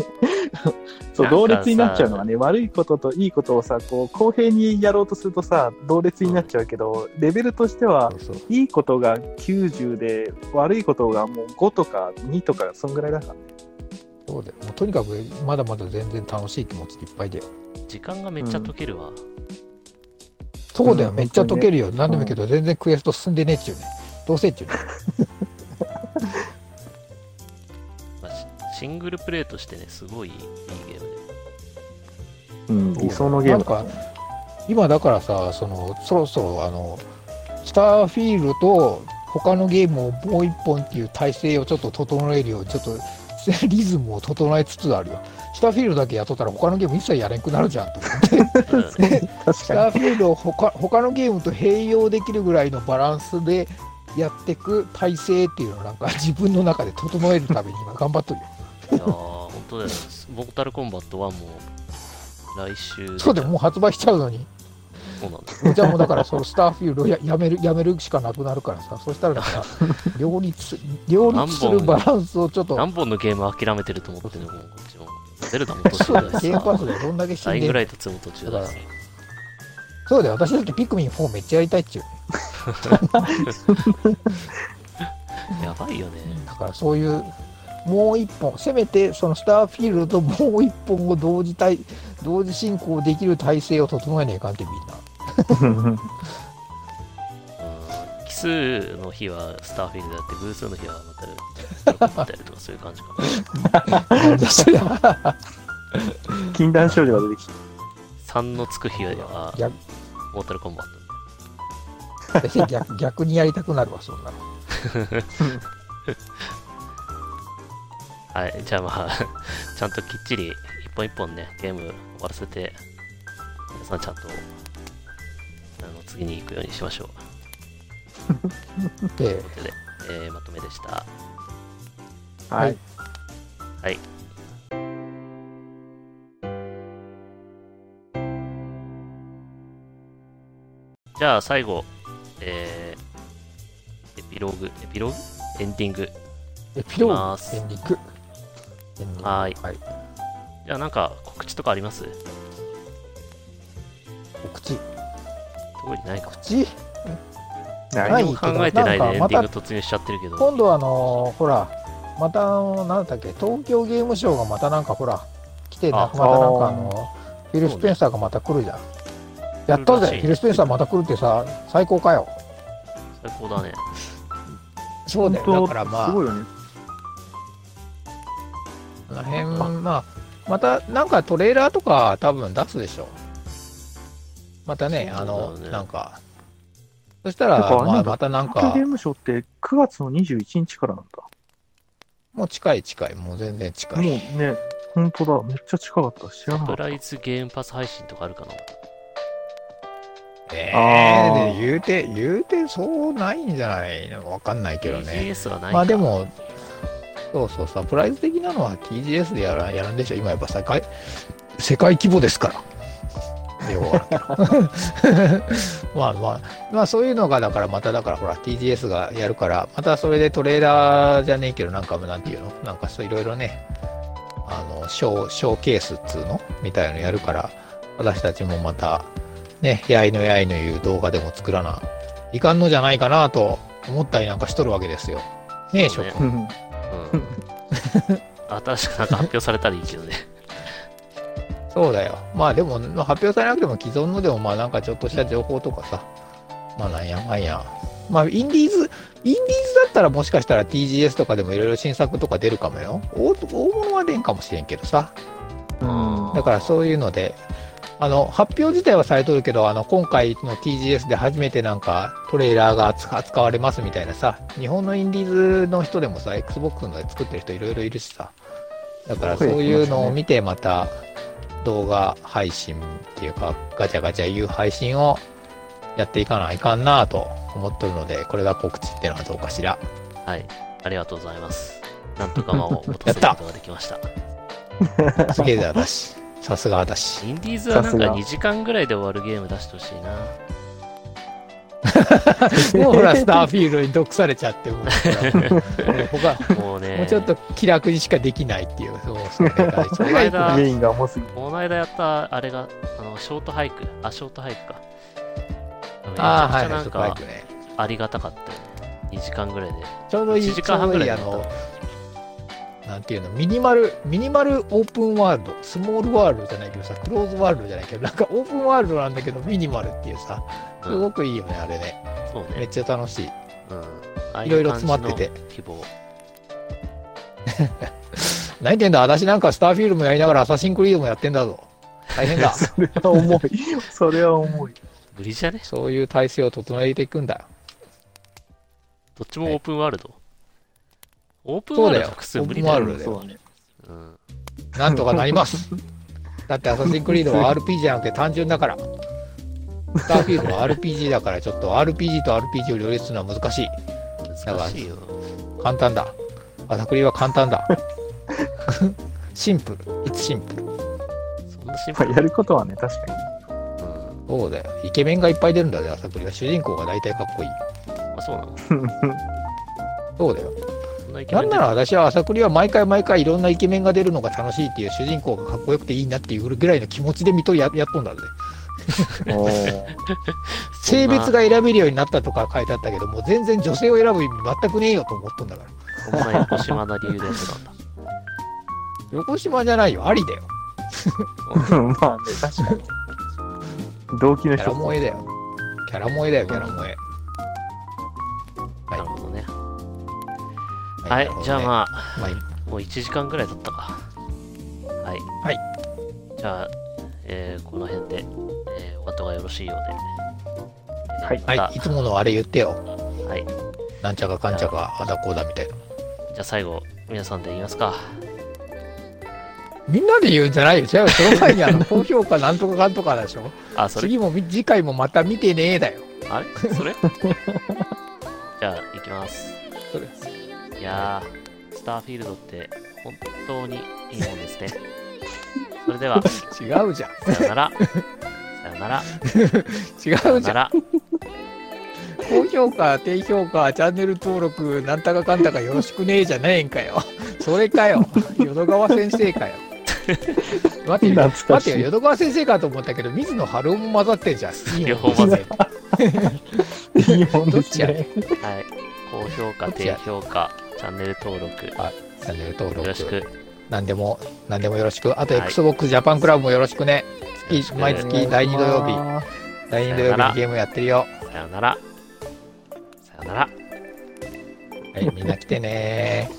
S4: そ
S1: なんかさ
S4: う、同列になっちゃうのはね、悪いことといいことをさ、こう、公平にやろうとするとさ、同列になっちゃうけど、レベルとしては、
S2: そうそう
S4: いいことが90で、悪いことがもう5とか2とか、そんぐらいだから。
S2: そうだよもうとにかくまだまだ全然楽しい気持ちでいっぱいだよ
S1: 時間がめっちゃ解けるわ。
S2: そうだよ、
S4: うん
S2: めっちゃ解けるよ何でもいいけど、全然クエスト進んでねえっちゅうねどうせっちゅうね
S1: まあしシングルプレイとしてね、すごいいいゲームで。
S4: うん、 理想のゲーム
S2: なんか今だからさそのそろそろあのスターフィールドと他のゲームをもう一本っていう体制をちょっと整えるようにちょっとリズムを整えつつあるよスターフィールドだけやっとったら他のゲーム一切やれんくなるじゃんと思って
S1: うん
S4: 確
S2: ス
S4: か
S2: タ
S4: に。
S2: ーフィールドを他他のゲームと併用できるぐらいのバランスでやってく体制っていうのをなんか 自分の中で整えるために今頑張っと る
S1: い
S2: よ
S1: やー、本当だよ、ね。モータルコンバット1も来週。
S2: そうだよもう発売しちゃうのに
S1: そうなんだ。
S2: じゃあもうだからそのスターフィールドをややめるやめるしかなくなるからさそしたらなん か両立両立するバランスをちょっと
S1: 何本のゲーム諦めてると思ってね、もうこっちも。ゼルダも途
S2: そ
S1: 中
S2: うだよ
S1: だし
S2: ゲームパー
S1: さ
S2: ス。でどんだけ死
S1: ラ
S2: ん
S1: イング
S2: で
S1: ライト2も途中だし。
S2: そうだよ私だってピクミン4めっちゃやりたいっちゅう
S1: やばいよね。
S2: だからそういうもう一本せめてそのスターフィールドと もう一本を同時対同時進行できる体制を整えねえかんってみんな
S1: うん奇数の日はスターフィールドやって、偶数の日はまたロボットやったりとかそういう感じか な。
S2: なん だそりゃ
S4: 禁断症状が出てきた。
S1: 3のつく日は
S2: 逆
S1: モータルコンバット。
S2: 私逆逆にやりたくなるわそんなの
S1: はい、じゃあまあ、 ちゃんときっちり一本一本ね、ゲーム終わらせて、皆さんちゃんと、あの、次に行くようにしましょう。
S2: で
S1: ということで、えーまとめでした。
S4: はい。
S1: じゃあ最後、えーエピローグ、エピローグエンディング。
S2: エピロ
S1: いきま
S2: ー
S1: す
S2: グエンディングエンディング
S1: はい
S2: はい
S1: じゃあなんか告知とかあります
S2: お口
S1: 特にないかも。
S2: 口
S4: ない
S2: いけど
S1: 考えてないで
S2: なん
S1: エンデ
S2: かまた
S1: ィング突入しちゃってるけど、
S2: 今度はあのーほらまたあのーなんだっけ東京ゲームショウがまたなんかほら来てな
S1: あ
S2: またなんかあのーフィル・スペンサーがまた来るじゃん、やった
S1: 来るらし
S2: ぜ
S1: い
S2: フィル・スペンサーまた来るってさ最高かよ
S1: 最高だね。
S2: そうだよだからまあ
S4: すごいよね。
S7: この
S2: この
S7: 辺
S2: 辺
S7: まあまたなんかトレーラーとか多分出すでしょまたねあ
S1: そう
S7: の
S1: だよね
S7: なんかそしたら
S4: なんかあれ
S7: ま
S4: なん
S7: あ
S4: だ
S7: またなん
S4: 東京
S7: か
S4: ゲームショーって9月の21日からなんだ。
S7: もう近い近いもう全然近
S4: もう
S7: い
S4: ね、本当だ。めっちゃ近かった。知らなか
S1: サプ
S4: っ
S1: ラ。
S4: た
S1: イズゲームパス配信とかあるかな
S7: え
S4: あ
S7: え
S4: ー
S7: で言うて言うてそうないんじゃないのわかんないけどね
S1: ?TGS はないか
S7: まあでもそうそうサプライズ的なのは TGS でやらやるんでしょ今やっぱ世界世界規模ですからよくわからん まあまあまあそういうのがだからまただからほら TGS がやるからまたそれでトレーラーじゃねえけどなんかなんていうのなんかそういろいろねあのショーショーケースっつうのみたいのやるから私たちもまたねやいのやいのいう動画でも作らないかんのじゃないかなと
S2: 思ったりなんかしとるわけですよ。ねえ、諸君。
S4: うん
S1: うん。新しくなんか発表されたらいいけどね。
S2: そうだよ。まあでも、まあ発表されなくても既存のでも、まあなんかちょっとした情報とかさ、まあなんやかんや。まあインディーズ、インディーズだったらもしかしたら TGS とかでもいろいろ新作とか出るかもよ。大大物は出んかもしれんけどさ。だからそういうので、あの、発表自体はされとるけど、あの、今回の TGS で初めてなんかトレーラーが扱扱われますみたいなさ、日本のインディーズの人でもさ、Xbox ので作ってる人いろいろいるしさ、だからそういうのを見てまた動画配信っていうか、ガチャガチャいう配信をやっていかないかんなぁと思っとるので、これが告知ってのはどうかしら。
S1: はい。ありがとうございます。なんとか間を持たせることができました。
S2: すげえだ私。さすが 私。
S1: インディーズはなん
S4: さす
S1: か
S4: が
S1: 2時間ぐらいで終わるゲーム出してほしいな。
S2: もうほら、スターフィールドに毒されちゃって、もうほら他、
S1: もうね、
S2: もうちょっと気楽にしかできないっていう、そうそれが 一番いいと思う
S4: メインが重すぎる。
S1: この間やったあれが、あの、ショートハイク。あ、ショートハイクか。めち
S2: ああ、
S1: ゃくちゃ
S2: はいは、
S1: ないん
S2: スパイ
S1: か
S2: クね。
S1: ありがたかったよね。2時間ぐらいで。
S2: ちょうどいい、
S1: 1時
S2: ちょ
S1: 間
S2: う
S1: 半ぐ
S2: どい
S1: らい
S2: い、
S1: だ
S2: あ
S1: った
S2: の、なんていうの、ミニマル、ミニマルオープンワールド、スモールワールドじゃないけどさ、クローズワールドじゃないけど、なんかオープンワールドなんだけど、ミニマルっていうさ、
S1: う
S2: す
S1: ん
S2: ごくいいよね、あれね。
S1: そう
S2: めっ
S1: ね。
S2: ちゃ楽しい。
S1: うん。ああう
S2: いろいろ詰まってて
S1: 感じの希望。
S2: 何言ってんだ、私なんかスターフィールドもやりながらアサシンクリードもやってんだぞ。大変だ。
S4: 重い。それは重い。
S1: 無理じゃね
S2: そういう体制を整えていくんだよ。
S1: どっちもオープンワールド。オープンワールド複数
S2: オ
S1: 無
S2: ープ
S1: 理
S2: ン
S1: だ
S2: ワー
S1: よ。
S2: ルドで。
S4: そうだね。
S1: うん。
S2: なんとかなります。だってアサシンクリードは RP じゃなくて単純だから。スターフィールドは RPG だからちょっと RPG と RPG を両立するのは難しい。
S1: 難しいよ。
S2: 簡単だ。アサクリは簡単だ。 シンプル。いつシンプル。
S1: そんな心
S4: ま
S1: 配
S4: あやることはね、確かに。
S1: うん。
S2: そうだよ。イケメンがいっぱい出るんだぜ、アサクリは。主人公が大体かっこいい。
S1: あ、そうなの
S2: そうだよ。
S1: そんなイケメ
S2: な
S1: ン
S2: ん
S1: で
S2: なら私はアサクリは毎回毎回いろんなイケメンが出るのが楽しいっていう主人公がかっこよくていいなっていうぐらいの気持ちで見とややっとんだぜ。
S4: おー
S2: 性別が選べるようになったとか書いてあったけど、もう全然女性を選ぶ意味全くねえよと思っとんだから。
S1: そんな横島な理由でやってたんだ。
S2: 横島じゃないよ、ありだよ。
S4: まあね、確かに。動機の
S2: キャラ
S4: 人
S2: 萌えだよ。キャラ萌えだよ、キャラ萌え。はい
S1: なるほどね。はい、じゃあ
S2: あ。
S1: ま
S2: まあいい
S1: あ、もう1時間ぐらい経ったか。はい。
S2: はい。
S1: じゃあ、えーこの辺で、えーお後がよろしいようで。
S4: はい
S1: また
S2: はい、いつものあれ言ってよ。
S1: はい。
S2: なんちゃかかんちゃか、あだこうだみたいな。
S1: じゃあ最後、皆さんで言いますか。
S2: みんなで言うんじゃないよ。違うよその前 にあの高評価なんとかかんとかでしょ。
S1: あ、それ、
S2: 次もみ次回もまた見てねえだよ。
S1: あれそれじゃあ、行きます。
S2: それ
S1: いやー、スターフィールドって本当にいいもんですね。それでは、
S2: 違うじゃん。
S1: さよなら。さよなら。
S2: 違
S1: さよ
S2: うじゃ。
S1: なんら。
S2: 高評価、低評価、チャンネル登録、なんたかかんたかよろしくねえじゃねえんかよ。それかよ。淀川先生かよ。待ってよ、
S4: 懐かし
S2: 待
S4: い
S2: ってよ、淀川先生かと思ったけど、水野晴夫も混ざってんじゃん。
S1: 両方混ざ
S2: って。
S4: いいもん
S2: ど
S4: で
S2: っ
S4: す
S2: ちや
S4: ね。
S1: はい。高評価、低評価、チャンネル登録、よ
S2: チャンネル登
S1: ろし
S2: 録、
S1: く。
S2: なんでも、なんでもよろしく。あと、
S1: はい
S2: XBOX ジャパンクラブもよろしくね。
S1: よろしく
S2: 毎
S1: さ
S2: 月第2土曜日、
S4: 日。
S2: 第2
S1: さ
S2: 土曜
S1: よな
S2: 日
S1: ら
S2: にゲームやってるよ。
S1: よなら。さよなら。
S2: はい、みんな来てね